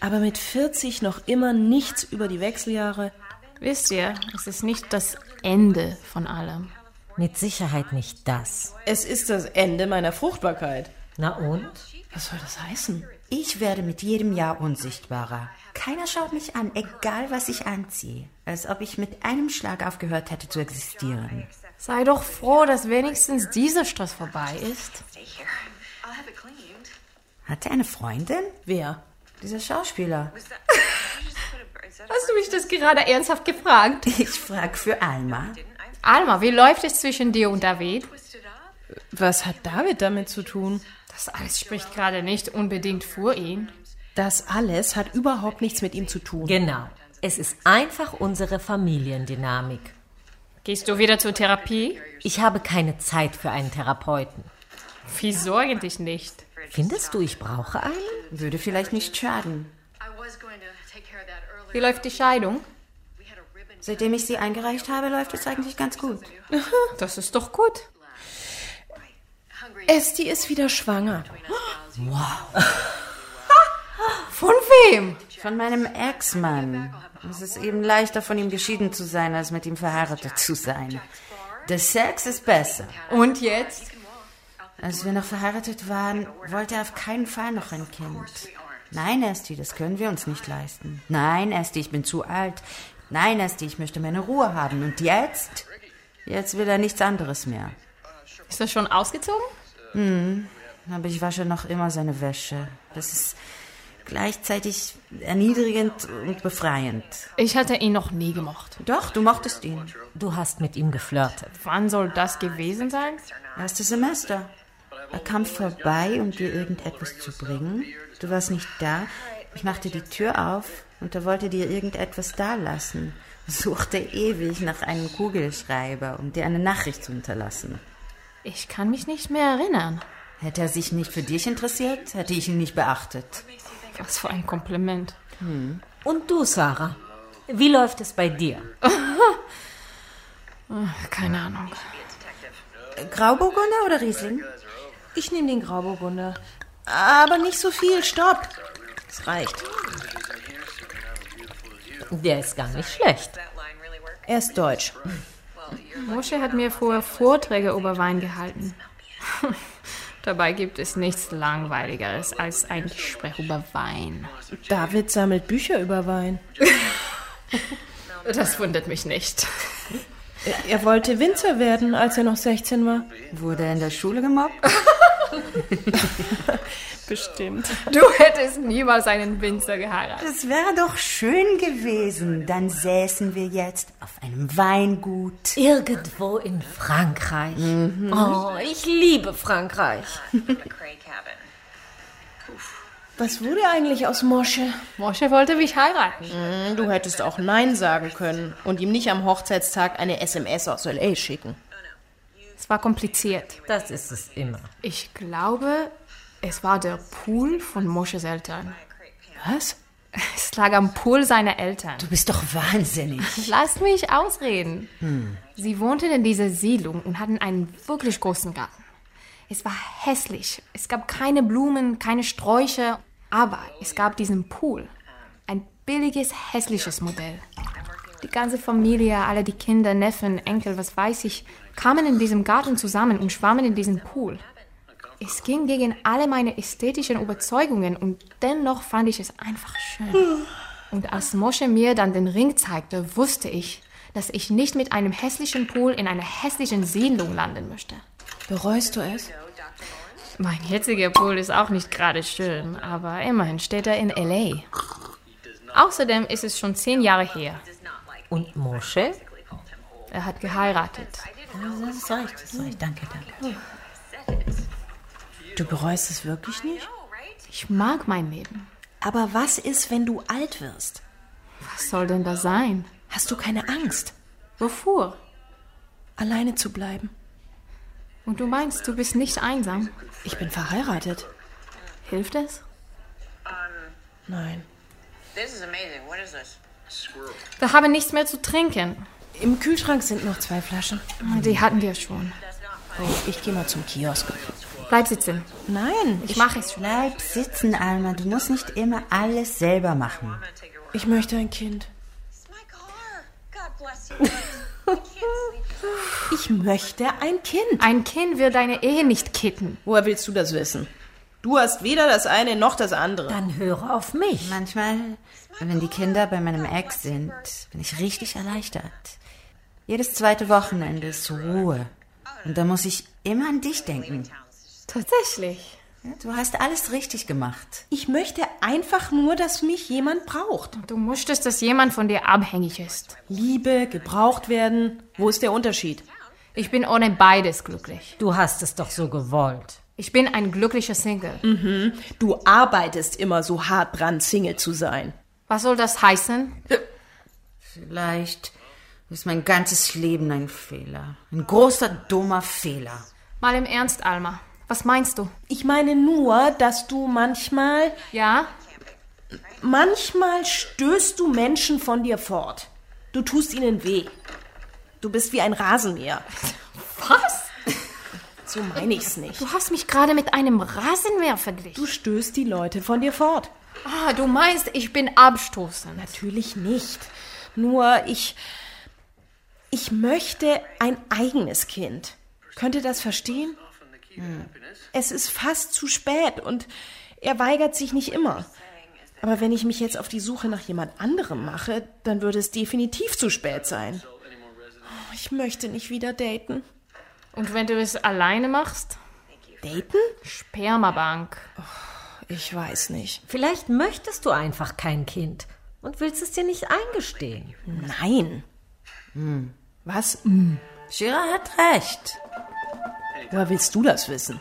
aber mit 40 noch immer nichts über die Wechseljahre? Wisst ihr, es ist nicht das Ende von allem. Mit Sicherheit nicht das. Es ist das Ende meiner Fruchtbarkeit. Na und? Was soll das heißen? Ich werde mit jedem Jahr unsichtbarer. Keiner schaut mich an, egal was ich anziehe. Als ob ich mit einem Schlag aufgehört hätte zu existieren. Sei doch froh, dass wenigstens dieser Stress vorbei ist. Hat er eine Freundin? Wer? Dieser Schauspieler. Hast du mich das gerade ernsthaft gefragt? Ich frag für Alma. Alma, wie läuft es zwischen dir und David? Was hat David damit zu tun? Das alles spricht gerade nicht unbedingt für ihn. Das alles hat überhaupt nichts mit ihm zu tun. Genau. Es ist einfach unsere Familiendynamik. Gehst du wieder zur Therapie? Ich habe keine Zeit für einen Therapeuten. Wieso eigentlich nicht? Findest du, ich brauche einen? Würde vielleicht nicht schaden. Wie läuft die Scheidung? Seitdem ich sie eingereicht habe, läuft es eigentlich ganz gut. Das ist doch gut. Esti ist wieder schwanger. Wow. Von wem? Von meinem Ex-Mann. Es ist eben leichter, von ihm geschieden zu sein, als mit ihm verheiratet zu sein. Der Sex ist besser. Und jetzt? Als wir noch verheiratet waren, wollte er auf keinen Fall noch ein Kind. Nein, Esti, das können wir uns nicht leisten. Nein, Esti, ich bin zu alt. Nein, Esti, ich möchte meine Ruhe haben. Und jetzt? Jetzt will er nichts anderes mehr. Ist er schon ausgezogen? Hm, aber ich wasche noch immer seine Wäsche. Das ist gleichzeitig erniedrigend und befreiend. Ich hatte ihn noch nie gemocht. Doch, du mochtest ihn. Du hast mit ihm geflirtet. Wann soll das gewesen sein? Erstes Semester. Er kam vorbei, um dir irgendetwas zu bringen. Du warst nicht da. Ich machte die Tür auf und er wollte dir irgendetwas dalassen. Suchte ewig nach einem Kugelschreiber, um dir eine Nachricht zu hinterlassen. Ich kann mich nicht mehr erinnern. Hätte er sich nicht für dich interessiert, hätte ich ihn nicht beachtet. Was für ein Kompliment. Hm. Und du, Sarah, wie läuft es bei dir? Keine Ahnung. Grauburgunder oder Riesling? Ich nehme den Grauburgunder. Aber nicht so viel, stopp. Es reicht. Der ist gar nicht schlecht. Er ist deutsch. Moshe hat mir vorher Vorträge über Wein gehalten. Dabei gibt es nichts Langweiligeres als ein Gespräch über Wein. David sammelt Bücher über Wein. Das wundert mich nicht. Er wollte Winzer werden, als er noch 16 war. Wurde er in der Schule gemobbt? Bestimmt. Du hättest niemals einen Winzer Ah, geheiratet. Das wäre doch schön gewesen. Dann säßen wir jetzt auf einem Weingut. Irgendwo in Frankreich. Mhm. Oh, ich liebe Frankreich. Was wurde eigentlich aus Mosche? Mosche wollte mich heiraten. Mm, du hättest auch Nein sagen können und ihm nicht am Hochzeitstag eine SMS aus LA schicken. Es war kompliziert. Das ist es immer. Ich glaube, es war der Pool von Mosches Eltern. Was? Es lag am Pool seiner Eltern. Du bist doch wahnsinnig. Lass mich ausreden. Hm. Sie wohnten in dieser Siedlung und hatten einen wirklich großen Garten. Es war hässlich. Es gab keine Blumen, keine Sträucher. Aber es gab diesen Pool. Ein billiges, hässliches Modell. Die ganze Familie, alle die Kinder, Neffen, Enkel, was weiß ich, kamen in diesem Garten zusammen und schwammen in diesem Pool. Es ging gegen alle meine ästhetischen Überzeugungen und dennoch fand ich es einfach schön. Und als Mosche mir dann den Ring zeigte, wusste ich, dass ich nicht mit einem hässlichen Pool in einer hässlichen Siedlung landen möchte. Bereust du es? Mein jetziger Pool ist auch nicht gerade schön, aber immerhin steht er in LA. Außerdem ist es schon zehn Jahre her. Und Moshe? Er hat geheiratet. Das ist recht, das ist recht. Danke, danke. Du bereust es wirklich nicht? Ich mag mein Leben. Aber was ist, wenn du alt wirst? Was soll denn da sein? Hast du keine Angst? Wovor? Alleine zu bleiben. Und du meinst, du bist nicht einsam? Ich bin verheiratet. Hilft es? Nein. Wir haben nichts mehr zu trinken. Im Kühlschrank sind noch zwei Flaschen. Die hatten wir schon. Oh, ich gehe mal zum Kiosk. Bleib sitzen. Nein, ich, ich mache es schon. Bleib sitzen, Alma. Du musst nicht immer alles selber machen. <laughs> Ich möchte ein Kind. Ich möchte ein Kind. Ein Kind wird eine Ehe nicht kitten. Woher willst du das wissen? Du hast weder das eine noch das andere. Dann höre auf mich. Manchmal, wenn die Kinder bei meinem Ex sind, bin ich richtig erleichtert. Jedes zweite Wochenende ist Ruhe. Und da muss ich immer an dich denken. Tatsächlich. Du hast alles richtig gemacht. Ich möchte einfach nur, dass mich jemand braucht. Du möchtest, dass jemand von dir abhängig ist. Liebe, gebraucht werden. Wo ist der Unterschied? Ich bin ohne beides glücklich. Du hast es doch so gewollt. Ich bin ein glücklicher Single. Mhm. Du arbeitest immer so hart dran, Single zu sein. Was soll das heißen? Vielleicht ist mein ganzes Leben ein Fehler. Ein großer, dummer Fehler. Mal im Ernst, Alma. Was meinst du? Ich meine nur, dass du manchmal. Ja? Manchmal stößt du Menschen von dir fort. Du tust ihnen weh. Du bist wie ein Rasenmäher. <laughs> Was? So meine ich's nicht. Du hast mich gerade mit einem Rasenmäher verglichen. Du stößt die Leute von dir fort. Ah, du meinst, ich bin abstoßend. Natürlich nicht. Nur ich. Ich möchte ein eigenes Kind. Könnt ihr das verstehen? Hm. Es ist fast zu spät und er weigert sich nicht immer. Aber wenn ich mich jetzt auf die Suche nach jemand anderem mache, dann würde es definitiv zu spät sein. Oh, Ich möchte nicht wieder daten. Und wenn du es alleine machst? Daten? Spermabank. Ich weiß nicht. Vielleicht möchtest du einfach kein Kind und willst es dir nicht eingestehen. Nein. Hm. Was? Mhm. Shira hat recht. Woher willst du das wissen?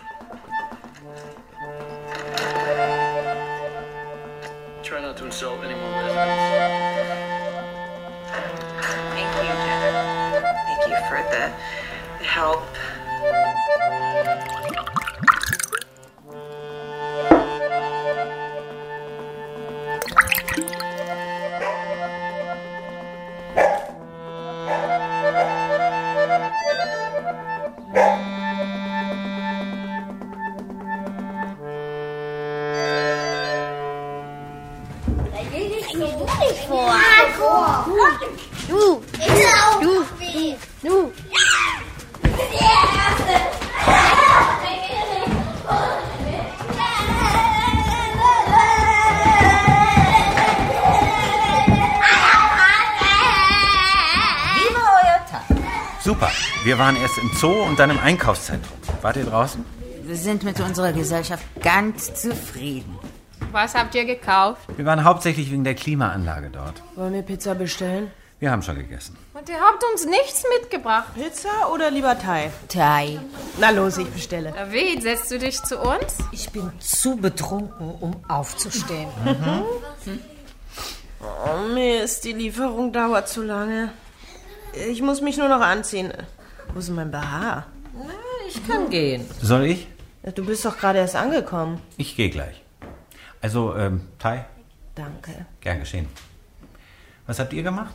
Try not to insult anyone. Thank you, Jen. Thank you for the help. Super. Wir waren erst im Zoo und dann im Einkaufszentrum. Wart ihr draußen? Wir sind mit unserer Gesellschaft ganz zufrieden. Was habt ihr gekauft? Wir waren hauptsächlich wegen der Klimaanlage dort. Wollen wir Pizza bestellen? Wir haben schon gegessen. Und ihr habt uns nichts mitgebracht. Pizza oder lieber Thai? Thai. Na los, ich bestelle. David, setzt du dich zu uns? Ich bin zu betrunken, um aufzustehen. Mhm. Oh Mist, die Lieferung dauert zu lange. Ich muss mich nur noch anziehen. Wo ist denn mein BH? Na, ich kann gehen. Soll ich? Du bist doch gerade erst angekommen. Ich gehe gleich. Also, ähm, Thai? Danke. Gern geschehen. Was habt ihr gemacht?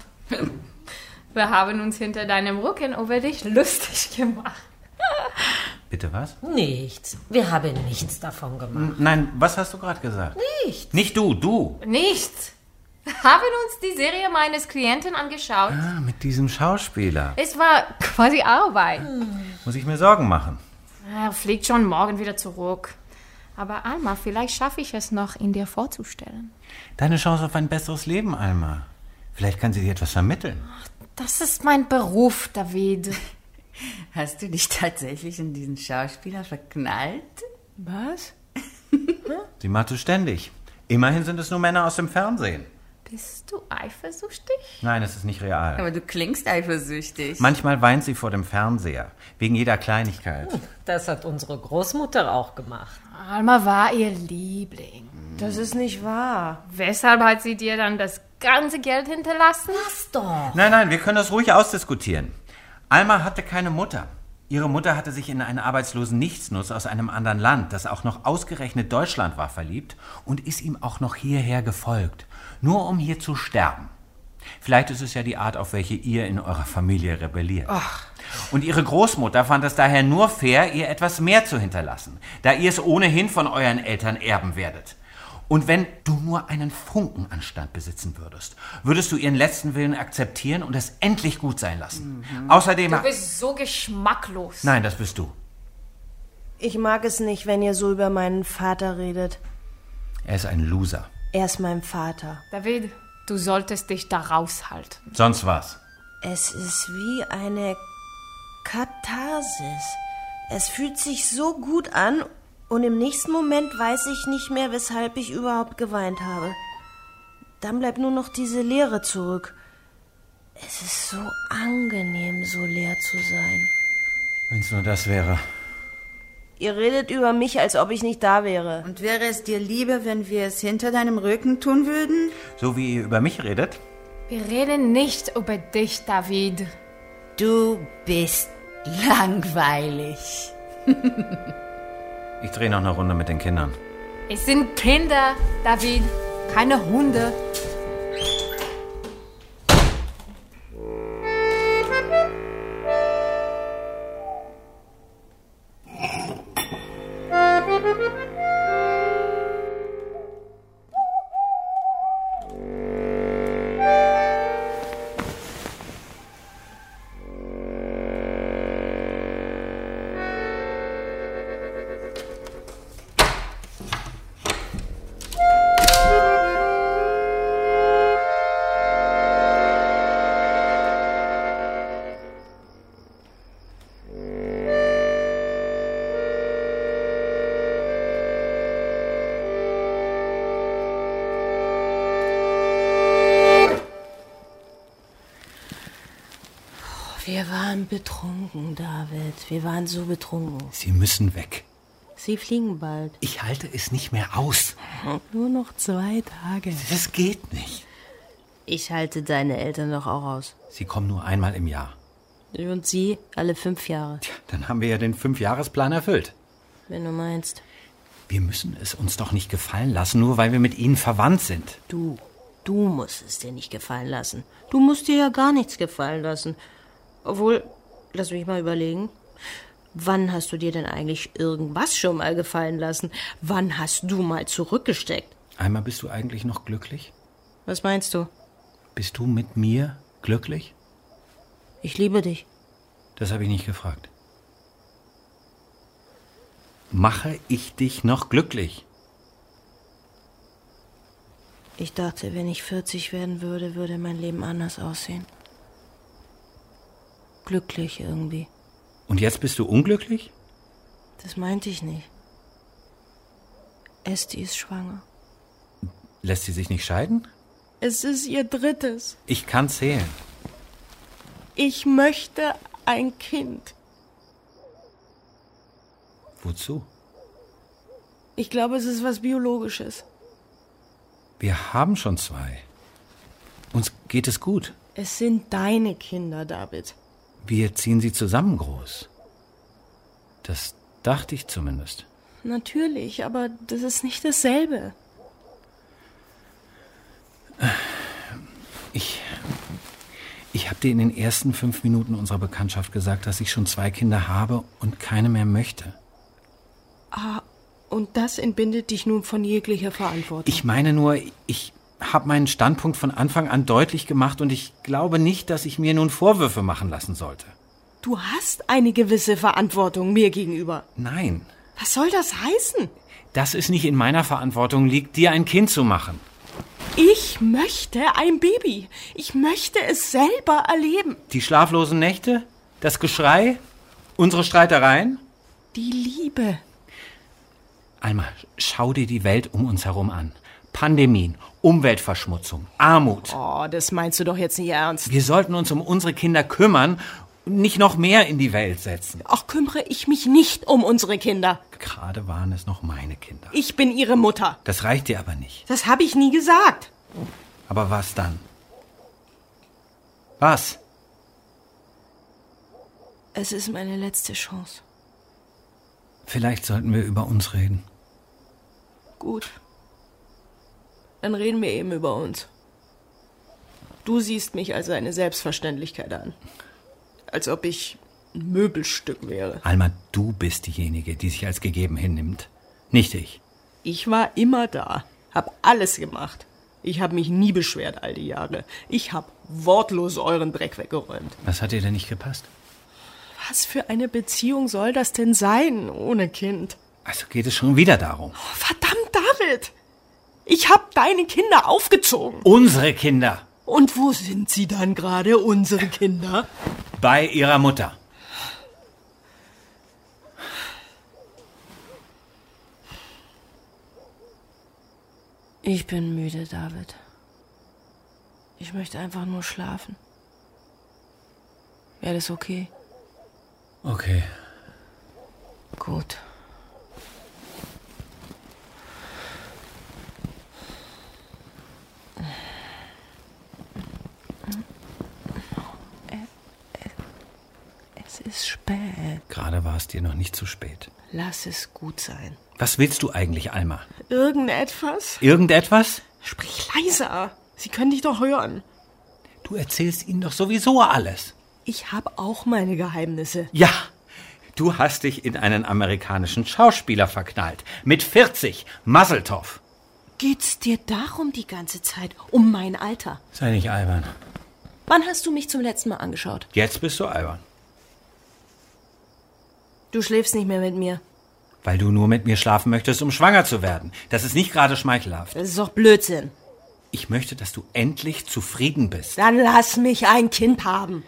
Wir haben uns hinter deinem Rücken über dich lustig gemacht. Bitte was? Hm. Nichts. Wir haben nichts davon gemacht. Nein, was hast du gerade gesagt? Nichts. Nicht du, du. Nichts. Haben uns die Serie meines Klienten angeschaut. Ah, mit diesem Schauspieler. Es war quasi Arbeit. Muss ich mir Sorgen machen. Er fliegt schon morgen wieder zurück. Aber Alma, vielleicht schaffe ich es noch, ihn dir vorzustellen. Deine Chance auf ein besseres Leben, Alma. Vielleicht kann sie dir etwas vermitteln. Das ist mein Beruf, David. Hast du dich tatsächlich in diesen Schauspieler verknallt? Was? sie macht es ständig. Immerhin sind es nur Männer aus dem Fernsehen. Bist du eifersüchtig? Nein, es ist nicht real. Aber du klingst eifersüchtig. Manchmal weint sie vor dem Fernseher, wegen jeder Kleinigkeit. Das hat unsere Großmutter auch gemacht. Alma war ihr Liebling. Das ist nicht wahr. Weshalb hat sie dir dann das ganze Geld hinterlassen? Lass doch. Nein, nein, wir können das ruhig ausdiskutieren. Alma hatte keine Mutter. Ihre Mutter hatte sich in einen arbeitslosen Nichtsnuss aus einem anderen Land, das auch noch ausgerechnet Deutschland war, verliebt und ist ihm auch noch hierher gefolgt, nur um hier zu sterben. Vielleicht ist es ja die Art, auf welche ihr in eurer Familie rebelliert. Ach. Und ihre Großmutter fand es daher nur fair, ihr etwas mehr zu hinterlassen, da ihr es ohnehin von euren Eltern erben werdet. Und wenn du nur einen Funken Anstand besitzen würdest, würdest du ihren letzten Willen akzeptieren und es endlich gut sein lassen. Außerdem. Mhm. Du bist so geschmacklos. Nein, das bist du. Ich mag es nicht, wenn ihr so über meinen Vater redet. Er ist ein Loser. Er ist mein Vater. David, du solltest dich da raushalten. Sonst was. Es ist wie eine Katharsis. Es fühlt sich so gut an und im nächsten Moment weiß ich nicht mehr, weshalb ich überhaupt geweint habe. Dann bleibt nur noch diese Leere zurück. Es ist so angenehm, so leer zu sein. Wenn es nur das wäre. Ihr redet über mich, als ob ich nicht da wäre. Und wäre es dir lieber, wenn wir es hinter deinem Rücken tun würden? So wie ihr über mich redet. Wir reden nicht über dich, David. Du bist langweilig. Ich drehe noch eine Runde mit den Kindern. Es sind Kinder, David, keine Hunde. Wir waren betrunken, David. Wir waren so betrunken. Sie müssen weg. Sie fliegen bald. Ich halte es nicht mehr aus. Hm. Nur noch zwei Tage. Das geht nicht. Ich halte deine Eltern doch auch aus. Sie kommen nur einmal im Jahr. Und sie alle fünf Jahre, Dann haben wir ja den Fünfjahresplan erfüllt. wenn du meinst. Wir müssen es uns doch nicht gefallen lassen, nur weil wir mit ihnen verwandt sind. Du, du musst es dir nicht gefallen lassen. Du musst dir ja gar nichts gefallen lassen. Obwohl, lass mich mal überlegen. Wann hast du dir denn eigentlich irgendwas schon mal gefallen lassen? Wann hast du mal zurückgesteckt? Einmal bist du eigentlich noch glücklich? Was meinst du? Bist du mit mir glücklich? Ich liebe dich. Das habe ich nicht gefragt. Mache ich dich noch glücklich? Ich dachte, wenn ich 40 werden würde, würde mein Leben anders aussehen. Glücklich irgendwie. Und jetzt bist du unglücklich? Das meinte ich nicht. Esti ist schwanger. Lässt sie sich nicht scheiden? Es ist ihr drittes. Ich kann zählen. Ich möchte ein Kind. Wozu? Ich glaube, es ist was Biologisches. Wir haben schon zwei. Uns geht es gut. Es sind deine Kinder, David. Wir ziehen sie zusammen groß. Das dachte ich zumindest. Natürlich, aber das ist nicht dasselbe. Ich. Ich habe dir in den ersten fünf Minuten unserer Bekanntschaft gesagt, dass ich schon zwei Kinder habe und keine mehr möchte. Ah, und das entbindet dich nun von jeglicher Verantwortung. Ich meine nur, ich habe meinen Standpunkt von Anfang an deutlich gemacht und ich glaube nicht, dass ich mir nun Vorwürfe machen lassen sollte. Du hast eine gewisse Verantwortung mir gegenüber. Nein, Was soll das heißen? dass es nicht in meiner Verantwortung liegt, dir ein Kind zu machen. Ich möchte ein Baby. Ich möchte es selber erleben. Die schlaflosen Nächte, das Geschrei, unsere Streitereien. Die Liebe. Alma, schau dir die Welt um uns herum an. Pandemien, Umweltverschmutzung, Armut. Oh, das meinst du doch jetzt nicht ernst. Wir sollten uns um unsere Kinder kümmern und nicht noch mehr in die Welt setzen. Auch kümmere ich mich nicht um unsere Kinder. Gerade waren es noch meine Kinder. Ich bin ihre Mutter. Das reicht dir aber nicht. Das habe ich nie gesagt. Aber was dann? Was? Es ist meine letzte Chance. Vielleicht sollten wir über uns reden. Gut. Dann reden wir eben über uns. Du siehst mich als eine Selbstverständlichkeit an. Als ob ich ein Möbelstück wäre. Alma, du bist diejenige, die sich als gegeben hinnimmt. Nicht ich. Ich war immer da. Hab alles gemacht. Ich habe mich nie beschwert all die Jahre. Ich hab wortlos euren Dreck weggeräumt. Was hat dir denn nicht gepasst? Was für eine Beziehung soll das denn sein ohne Kind? Also geht es schon wieder darum. Verdammt, David! Ich hab deine Kinder aufgezogen. Unsere Kinder Und wo sind sie dann gerade, unsere Kinder? bei ihrer Mutter. Ich bin müde, David. Ich möchte einfach nur schlafen. Wäre das okay? Okay. Gut. Es ist spät. Gerade war es dir noch nicht zu spät. Lass es gut sein. Was willst du eigentlich, Alma? Irgendetwas? Irgendetwas? Sprich leiser. Sie können dich doch hören. Du erzählst ihnen doch sowieso alles. Ich hab auch meine Geheimnisse. Ja, du hast dich in einen amerikanischen Schauspieler verknallt. Mit 40, Masseltoff. Geht's dir darum die ganze Zeit? Um mein Alter? Sei nicht albern. Wann hast du mich zum letzten Mal angeschaut? Jetzt bist du albern, Du schläfst nicht mehr mit mir. weil du nur mit mir schlafen möchtest, um schwanger zu werden. Das ist nicht gerade schmeichelhaft. Das ist doch Blödsinn. Ich möchte, dass du endlich zufrieden bist. Dann lass mich ein Kind haben.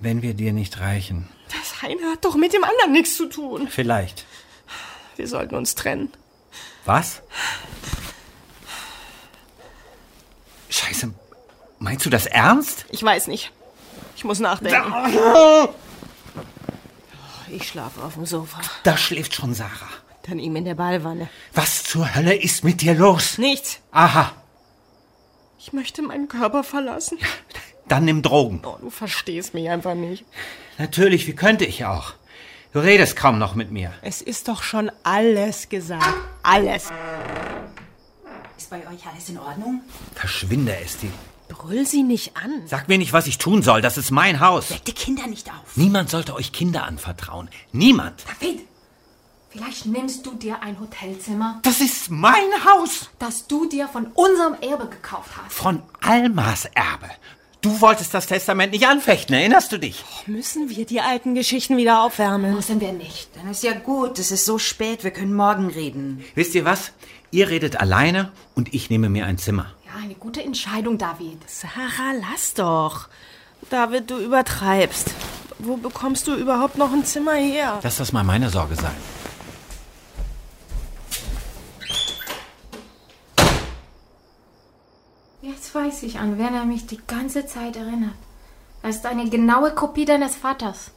Wenn wir dir nicht reichen, Das eine hat doch mit dem anderen nichts zu tun. vielleicht. Wir sollten uns trennen. Was? Scheiße, meinst du das ernst? Ich weiß nicht. Ich muss nachdenken. Oh, Ich schlafe auf dem Sofa. Da schläft schon Sarah. Dann ihm in der Ballwanne. Was zur Hölle ist mit dir los? Nichts. Aha, Ich möchte meinen Körper verlassen. dann nimm Drogen. Oh, du verstehst mich einfach nicht. Natürlich, wie könnte ich auch? Du redest kaum noch mit mir. Es ist doch schon alles gesagt. Alles. Ist bei euch alles in Ordnung? Verschwinde, Esti. Brüll sie nicht an. Sag mir nicht, was ich tun soll. Das ist mein Haus. Weck die Kinder nicht auf. Niemand sollte euch Kinder anvertrauen. Niemand. David! Vielleicht nimmst du dir ein Hotelzimmer, Das ist mein Haus. das du dir von unserem Erbe gekauft hast. Von Almas Erbe. Du wolltest das Testament nicht anfechten, erinnerst du dich? Oh. Müssen wir die alten Geschichten wieder aufwärmen? Müssen wir nicht. Dann ist ja gut, es ist so spät, wir können morgen reden. Wisst ihr was? Ihr redet alleine und ich nehme mir ein Zimmer. Ja, eine gute Entscheidung, David. Sarah, lass doch. David, du übertreibst. Wo bekommst du überhaupt noch ein Zimmer her? Lass das mal meine Sorge sein. Jetzt weiß ich, an wen er mich die ganze Zeit erinnert. Er ist eine genaue Kopie deines Vaters.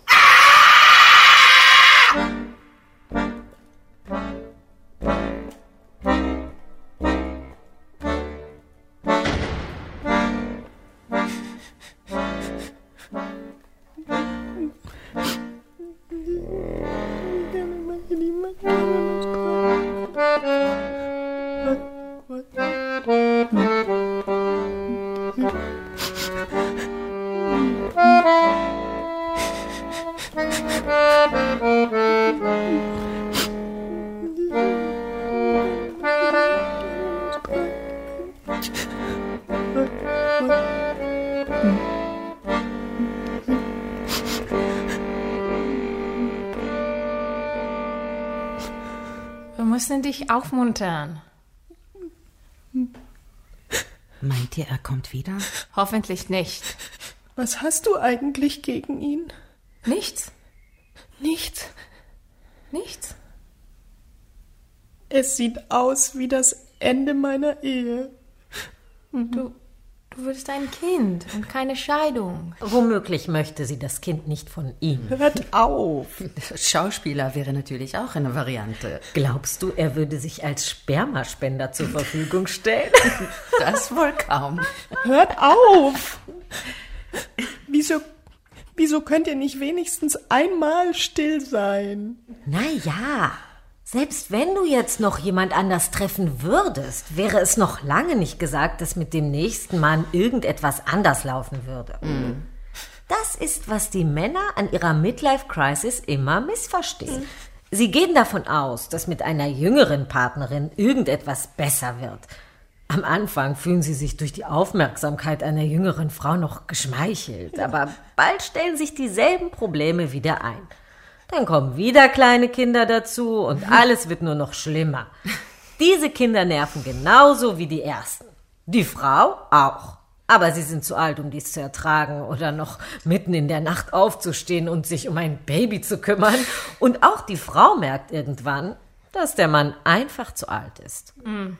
Wir müssen dich aufmuntern. Meint ihr, er kommt wieder? Hoffentlich nicht. Was hast du eigentlich gegen ihn? Nichts? Nichts. Nichts? Es sieht aus wie das Ende meiner Ehe. Mhm. Du, du würdest ein Kind und keine Scheidung. Womöglich möchte sie das Kind nicht von ihm. Hört <laughs> auf. Schauspieler wäre natürlich auch eine Variante. Glaubst du, er würde sich als Spermaspender zur Verfügung <laughs> stellen? Das wohl kaum. Hört auf. Wieso, wieso könnt ihr nicht wenigstens einmal still sein? Na ja, selbst wenn du jetzt noch jemand anders treffen würdest, wäre es noch lange nicht gesagt, dass mit dem nächsten Mann irgendetwas anders laufen würde. Das ist, was die Männer an ihrer Midlife-Crisis immer missverstehen. Sie gehen davon aus, dass mit einer jüngeren Partnerin irgendetwas besser wird. Am Anfang fühlen Sie sich durch die Aufmerksamkeit einer jüngeren Frau noch geschmeichelt, aber bald stellen sich dieselben Probleme wieder ein. Dann kommen wieder kleine Kinder dazu und alles wird nur noch schlimmer. Diese Kinder nerven genauso wie die ersten. Die Frau auch. Aber sie sind zu alt, um dies zu ertragen oder noch mitten in der Nacht aufzustehen und sich um ein Baby zu kümmern. Und auch die Frau merkt irgendwann, dass der Mann einfach zu alt ist. Hm.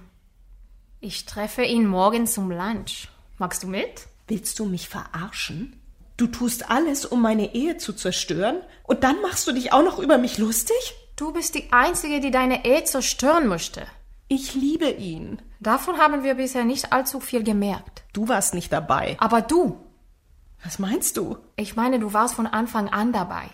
Ich treffe ihn morgen zum Lunch. Magst du mit? Willst du mich verarschen? Du tust alles, um meine Ehe zu zerstören und dann machst du dich auch noch über mich lustig? Du bist die Einzige, die deine Ehe zerstören möchte. Ich liebe ihn. Davon haben wir bisher nicht allzu viel gemerkt. Du warst nicht dabei. Aber du. Was meinst du? Ich meine, du warst von Anfang an dabei.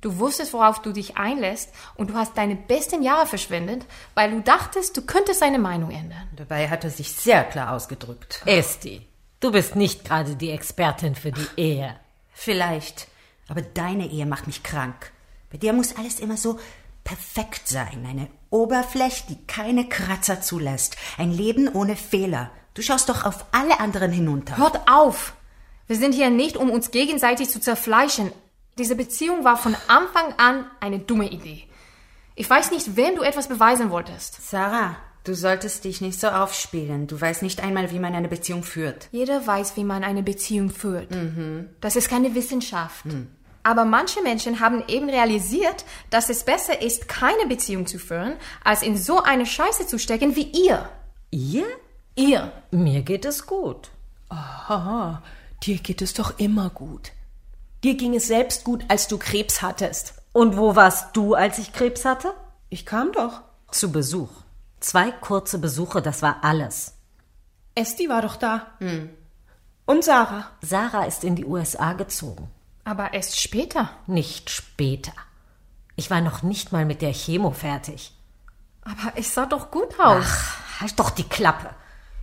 Du wusstest, worauf du dich einlässt und du hast deine besten Jahre verschwendet, weil du dachtest, du könntest seine Meinung ändern. Dabei hat er sich sehr klar ausgedrückt. Esti, du bist nicht gerade die Expertin für die Ehe. Vielleicht. Aber deine Ehe macht mich krank. Bei dir muss alles immer so perfekt sein. Eine Oberfläche, die keine Kratzer zulässt. Ein Leben ohne Fehler. Du schaust doch auf alle anderen hinunter. Hört auf! Wir sind hier nicht, um uns gegenseitig zu zerfleischen. Diese Beziehung war von Anfang an eine dumme Idee. Ich weiß nicht, wem du etwas beweisen wolltest. Sarah, du solltest dich nicht so aufspielen. Du weißt nicht einmal, wie man eine Beziehung führt. Jeder weiß, wie man eine Beziehung führt. Mhm. Das ist keine Wissenschaft. Mhm. Aber manche Menschen haben eben realisiert, dass es besser ist, keine Beziehung zu führen, als in so eine Scheiße zu stecken wie ihr. Ihr? Ihr. Mir geht es gut. Aha, dir geht es doch immer gut. Dir ging es selbst gut, als du Krebs hattest. Und wo warst du, als ich Krebs hatte? Ich kam doch. Zu Besuch. Zwei kurze Besuche, das war alles. Esti war doch da. Hm. Und Sarah. Sarah ist in die USA gezogen. Aber erst später. Nicht später. Ich war noch nicht mal mit der Chemo fertig. Aber ich sah doch gut aus. Ach, halt doch die Klappe.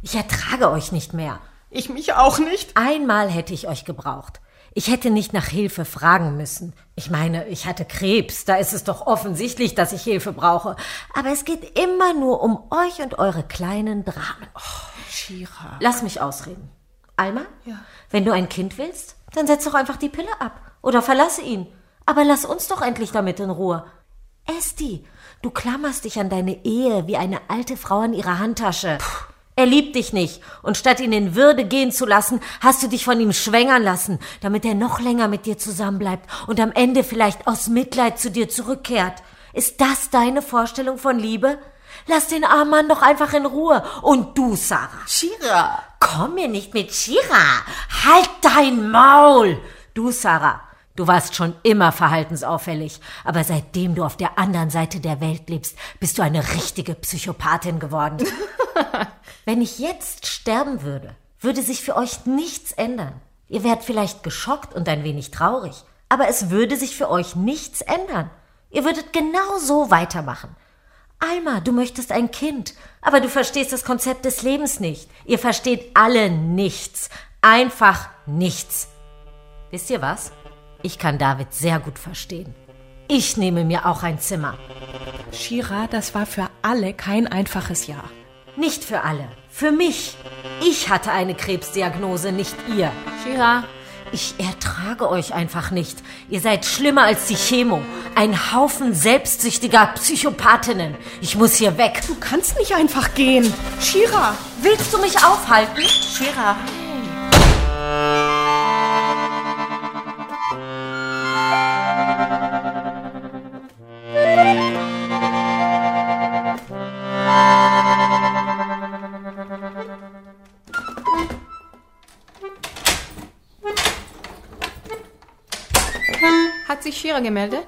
Ich ertrage euch nicht mehr. Ich mich auch nicht. Einmal hätte ich euch gebraucht. Ich hätte nicht nach Hilfe fragen müssen. Ich meine, ich hatte Krebs, da ist es doch offensichtlich, dass ich Hilfe brauche. Aber es geht immer nur um euch und eure kleinen Dramen. Oh, Shira. Lass mich ausreden. Alma, ja. wenn du ein Kind willst, dann setz doch einfach die Pille ab oder verlasse ihn. Aber lass uns doch endlich damit in Ruhe. Esti, du klammerst dich an deine Ehe wie eine alte Frau an ihre Handtasche. Puh. Er liebt dich nicht, und statt ihn in Würde gehen zu lassen, hast du dich von ihm schwängern lassen, damit er noch länger mit dir zusammenbleibt und am Ende vielleicht aus Mitleid zu dir zurückkehrt. Ist das deine Vorstellung von Liebe? Lass den armen Mann doch einfach in Ruhe. Und du, Sarah. Shira. Komm mir nicht mit Shira. Halt dein Maul. Du, Sarah. Du warst schon immer verhaltensauffällig, aber seitdem du auf der anderen Seite der Welt lebst, bist du eine richtige Psychopathin geworden. Wenn ich jetzt sterben würde, würde sich für euch nichts ändern. Ihr wärt vielleicht geschockt und ein wenig traurig, aber es würde sich für euch nichts ändern. Ihr würdet genau so weitermachen. Alma, du möchtest ein Kind, aber du verstehst das Konzept des Lebens nicht. Ihr versteht alle nichts. Einfach nichts. Wisst ihr was? Ich kann David sehr gut verstehen. Ich nehme mir auch ein Zimmer. Shira, das war für alle kein einfaches Jahr. Nicht für alle. Für mich. Ich hatte eine Krebsdiagnose, nicht ihr. Shira. Ich ertrage euch einfach nicht. Ihr seid schlimmer als die Chemo. Ein Haufen selbstsüchtiger Psychopathinnen. Ich muss hier weg. Du kannst nicht einfach gehen. Shira. Willst du mich aufhalten? Shira. Hat sich Shira gemeldet?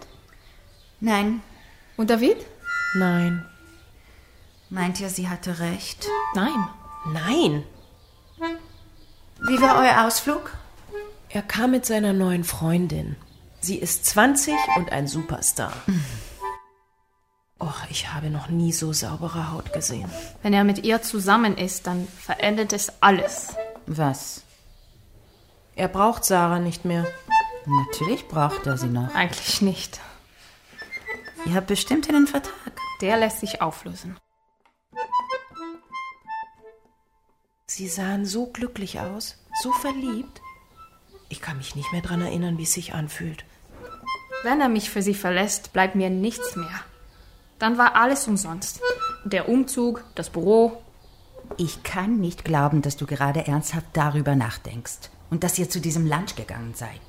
Nein. Und David? Nein. Meint ihr, sie hatte recht? Nein. Nein. Wie war euer Ausflug? Er kam mit seiner neuen Freundin. Sie ist 20 und ein Superstar. Och, ich habe noch nie so saubere Haut gesehen. Wenn er mit ihr zusammen ist, dann verändert es alles. Was? Er braucht Sarah nicht mehr. Natürlich braucht er sie noch. Eigentlich nicht. Ihr habt bestimmt einen Vertrag. Der lässt sich auflösen. Sie sahen so glücklich aus, so verliebt. Ich kann mich nicht mehr dran erinnern, wie es sich anfühlt. Wenn er mich für sie verlässt, bleibt mir nichts mehr. Dann war alles umsonst. Der Umzug, das Büro. Ich kann nicht glauben, dass du gerade ernsthaft darüber nachdenkst und dass ihr zu diesem Lunch gegangen seid.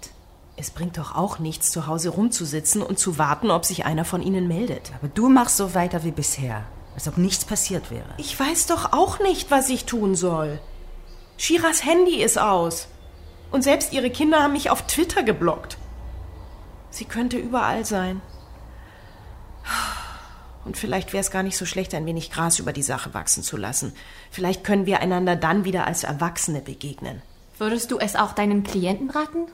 Es bringt doch auch nichts, zu Hause rumzusitzen und zu warten, ob sich einer von ihnen meldet. Aber du machst so weiter wie bisher, als ob nichts passiert wäre. Ich weiß doch auch nicht, was ich tun soll. Shiras Handy ist aus. Und selbst ihre Kinder haben mich auf Twitter geblockt. Sie könnte überall sein. Und vielleicht wäre es gar nicht so schlecht, ein wenig Gras über die Sache wachsen zu lassen. Vielleicht können wir einander dann wieder als Erwachsene begegnen. Würdest du es auch deinen Klienten raten?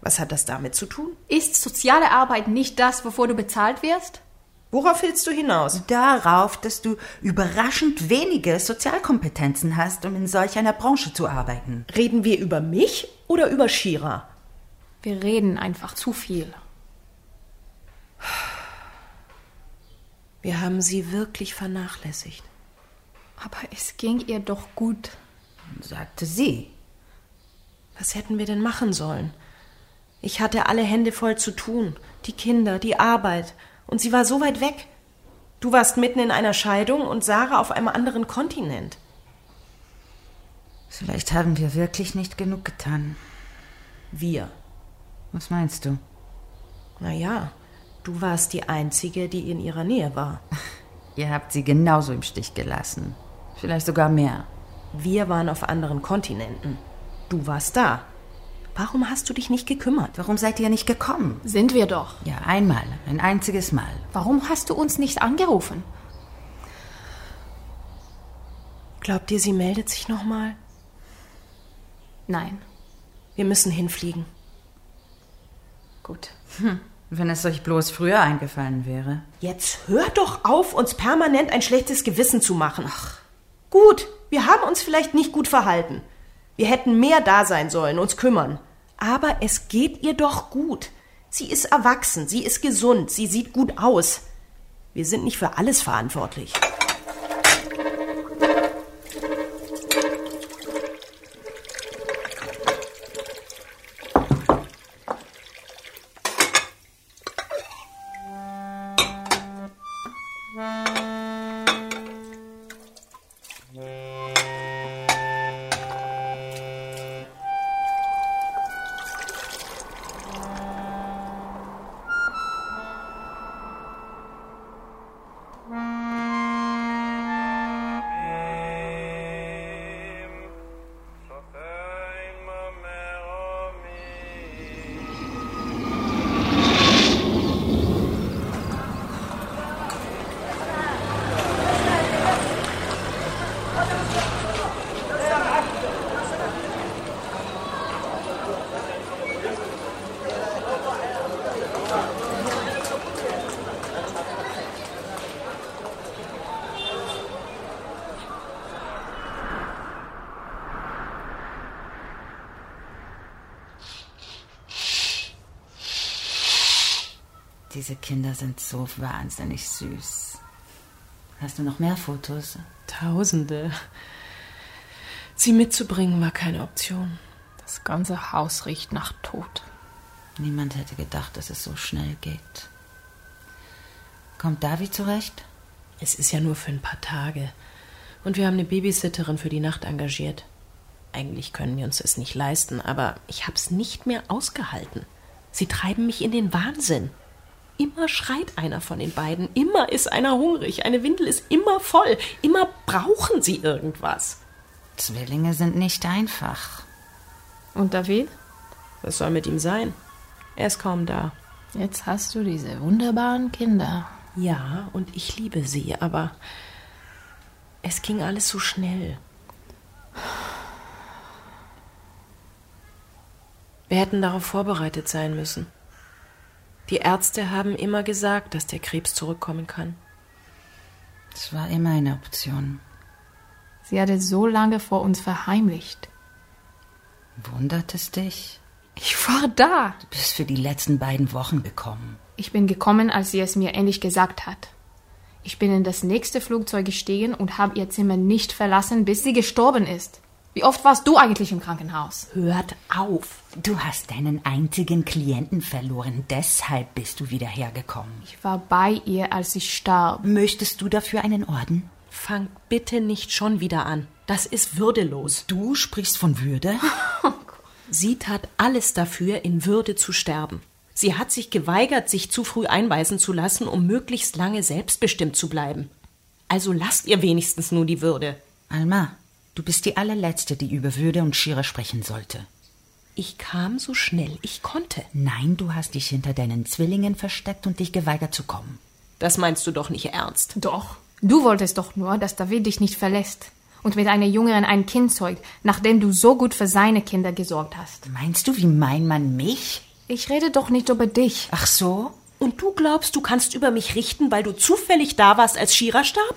Was hat das damit zu tun? Ist soziale Arbeit nicht das, wovor du bezahlt wirst? Worauf willst du hinaus? Also Darauf, dass du überraschend wenige Sozialkompetenzen hast, um in solch einer Branche zu arbeiten. Reden wir über mich oder über Shira? Wir reden einfach zu viel. Wir haben sie wirklich vernachlässigt. Aber es ging ihr doch gut, sagte sie. Was hätten wir denn machen sollen? Ich hatte alle Hände voll zu tun, die Kinder, die Arbeit, und sie war so weit weg. Du warst mitten in einer Scheidung und Sarah auf einem anderen Kontinent. Vielleicht haben wir wirklich nicht genug getan. Wir. Was meinst du? Naja, du warst die Einzige, die in ihrer Nähe war. Ihr habt sie genauso im Stich gelassen. Vielleicht sogar mehr. Wir waren auf anderen Kontinenten. Du warst da. Warum hast du dich nicht gekümmert? Warum seid ihr nicht gekommen? Sind wir doch. Ja, einmal, ein einziges Mal. Warum hast du uns nicht angerufen? Glaubt ihr, sie meldet sich nochmal? Nein. Wir müssen hinfliegen. Gut. Hm. Wenn es euch bloß früher eingefallen wäre. Jetzt hör doch auf, uns permanent ein schlechtes Gewissen zu machen. Ach. Gut, wir haben uns vielleicht nicht gut verhalten. Wir hätten mehr da sein sollen, uns kümmern. Aber es geht ihr doch gut. Sie ist erwachsen, sie ist gesund, sie sieht gut aus. Wir sind nicht für alles verantwortlich. Diese Kinder sind so wahnsinnig süß. Hast du noch mehr Fotos? Tausende. Sie mitzubringen war keine Option. Das ganze Haus riecht nach Tod. Niemand hätte gedacht, dass es so schnell geht. Kommt David zurecht? Es ist ja nur für ein paar Tage. Und wir haben eine Babysitterin für die Nacht engagiert. Eigentlich können wir uns es nicht leisten, aber ich hab's nicht mehr ausgehalten. Sie treiben mich in den Wahnsinn. Immer schreit einer von den beiden, immer ist einer hungrig, eine Windel ist immer voll, immer brauchen sie irgendwas. Zwillinge sind nicht einfach. Und David? Was soll mit ihm sein? Er ist kaum da. Jetzt hast du diese wunderbaren Kinder. Ja, und ich liebe sie, aber es ging alles so schnell. Wir hätten darauf vorbereitet sein müssen. Die Ärzte haben immer gesagt, dass der Krebs zurückkommen kann. Es war immer eine Option. Sie hatte so lange vor uns verheimlicht. Wundert es dich? Ich war da. Du bist für die letzten beiden Wochen gekommen. Ich bin gekommen, als sie es mir endlich gesagt hat. Ich bin in das nächste Flugzeug gestiegen und habe ihr Zimmer nicht verlassen, bis sie gestorben ist. Wie oft warst du eigentlich im Krankenhaus? Hört auf. Du hast deinen einzigen Klienten verloren. Deshalb bist du wieder hergekommen. Ich war bei ihr, als sie starb. Möchtest du dafür einen Orden? Fang bitte nicht schon wieder an. Das ist würdelos. Du sprichst von Würde? Sie tat alles dafür, in Würde zu sterben. Sie hat sich geweigert, sich zu früh einweisen zu lassen, um möglichst lange selbstbestimmt zu bleiben. Also lasst ihr wenigstens nur die Würde. Alma, du bist die allerletzte, die über Würde und Schiere sprechen sollte. Ich kam so schnell ich konnte. Nein, du hast dich hinter deinen Zwillingen versteckt und dich geweigert zu kommen. Das meinst du doch nicht ernst. Doch. Du wolltest doch nur, dass David dich nicht verlässt und mit einer Jüngeren ein Kind zeugt, nachdem du so gut für seine Kinder gesorgt hast. Meinst du, wie meint man mich? Ich rede doch nicht über dich. Ach so? Und du glaubst, du kannst über mich richten, weil du zufällig da warst, als Shira starb?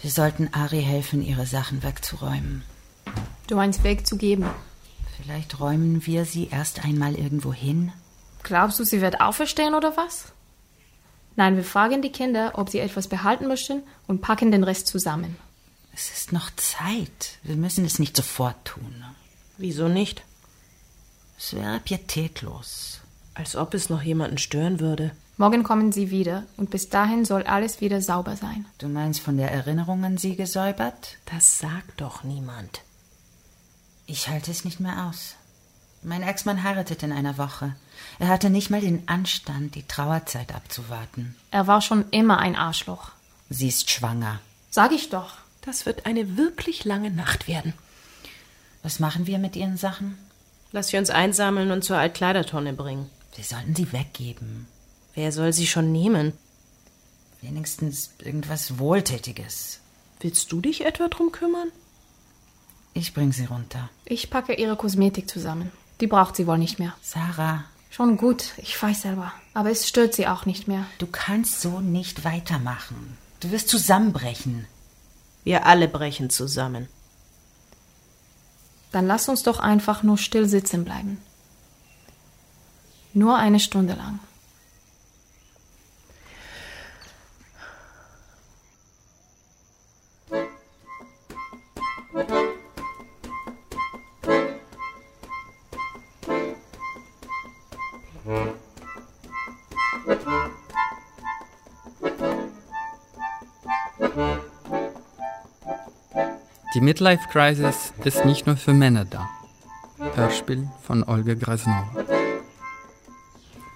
Wir sollten Ari helfen, ihre Sachen wegzuräumen. Du meinst wegzugeben? Vielleicht räumen wir sie erst einmal irgendwo hin. Glaubst du, sie wird auferstehen oder was? Nein, wir fragen die Kinder, ob sie etwas behalten möchten und packen den Rest zusammen. Es ist noch Zeit. Wir müssen es nicht sofort tun. Wieso nicht? Es wäre pietätlos. Als ob es noch jemanden stören würde. Morgen kommen sie wieder und bis dahin soll alles wieder sauber sein. Du meinst von der Erinnerung an sie gesäubert? Das sagt doch niemand. Ich halte es nicht mehr aus. Mein Ex-Mann heiratet in einer Woche. Er hatte nicht mal den Anstand, die Trauerzeit abzuwarten. Er war schon immer ein Arschloch. Sie ist schwanger. Sag ich doch. Das wird eine wirklich lange Nacht werden. Was machen wir mit ihren Sachen? Lass sie uns einsammeln und zur Altkleidertonne bringen. Wir sollten sie weggeben. Wer soll sie schon nehmen? Wenigstens irgendwas Wohltätiges. Willst du dich etwa drum kümmern? Ich bringe sie runter. Ich packe ihre Kosmetik zusammen. Die braucht sie wohl nicht mehr. Sarah. Schon gut, ich weiß selber. Aber es stört sie auch nicht mehr. Du kannst so nicht weitermachen. Du wirst zusammenbrechen. Wir alle brechen zusammen. Dann lass uns doch einfach nur still sitzen bleiben. Nur eine Stunde lang. Die Midlife Crisis ist nicht nur für Männer da. Hörspiel von Olga Grasnova.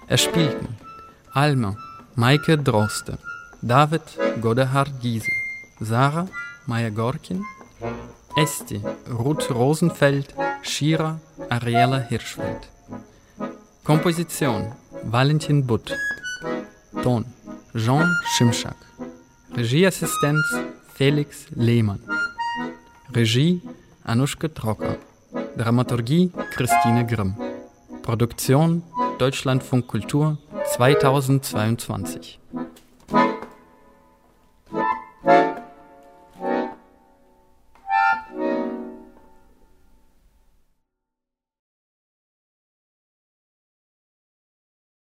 Es spielten Alma, Maike Droste, David Godehard Giese, Sarah Maya Gorkin, Esti Ruth Rosenfeld, Shira Ariella Hirschfeld. Komposition Valentin Butt. Ton Jean Schimschak. Regieassistenz Felix Lehmann. Regie Anuschke Trocker. Dramaturgie Christine Grimm. Produktion Deutschlandfunk Kultur 2022.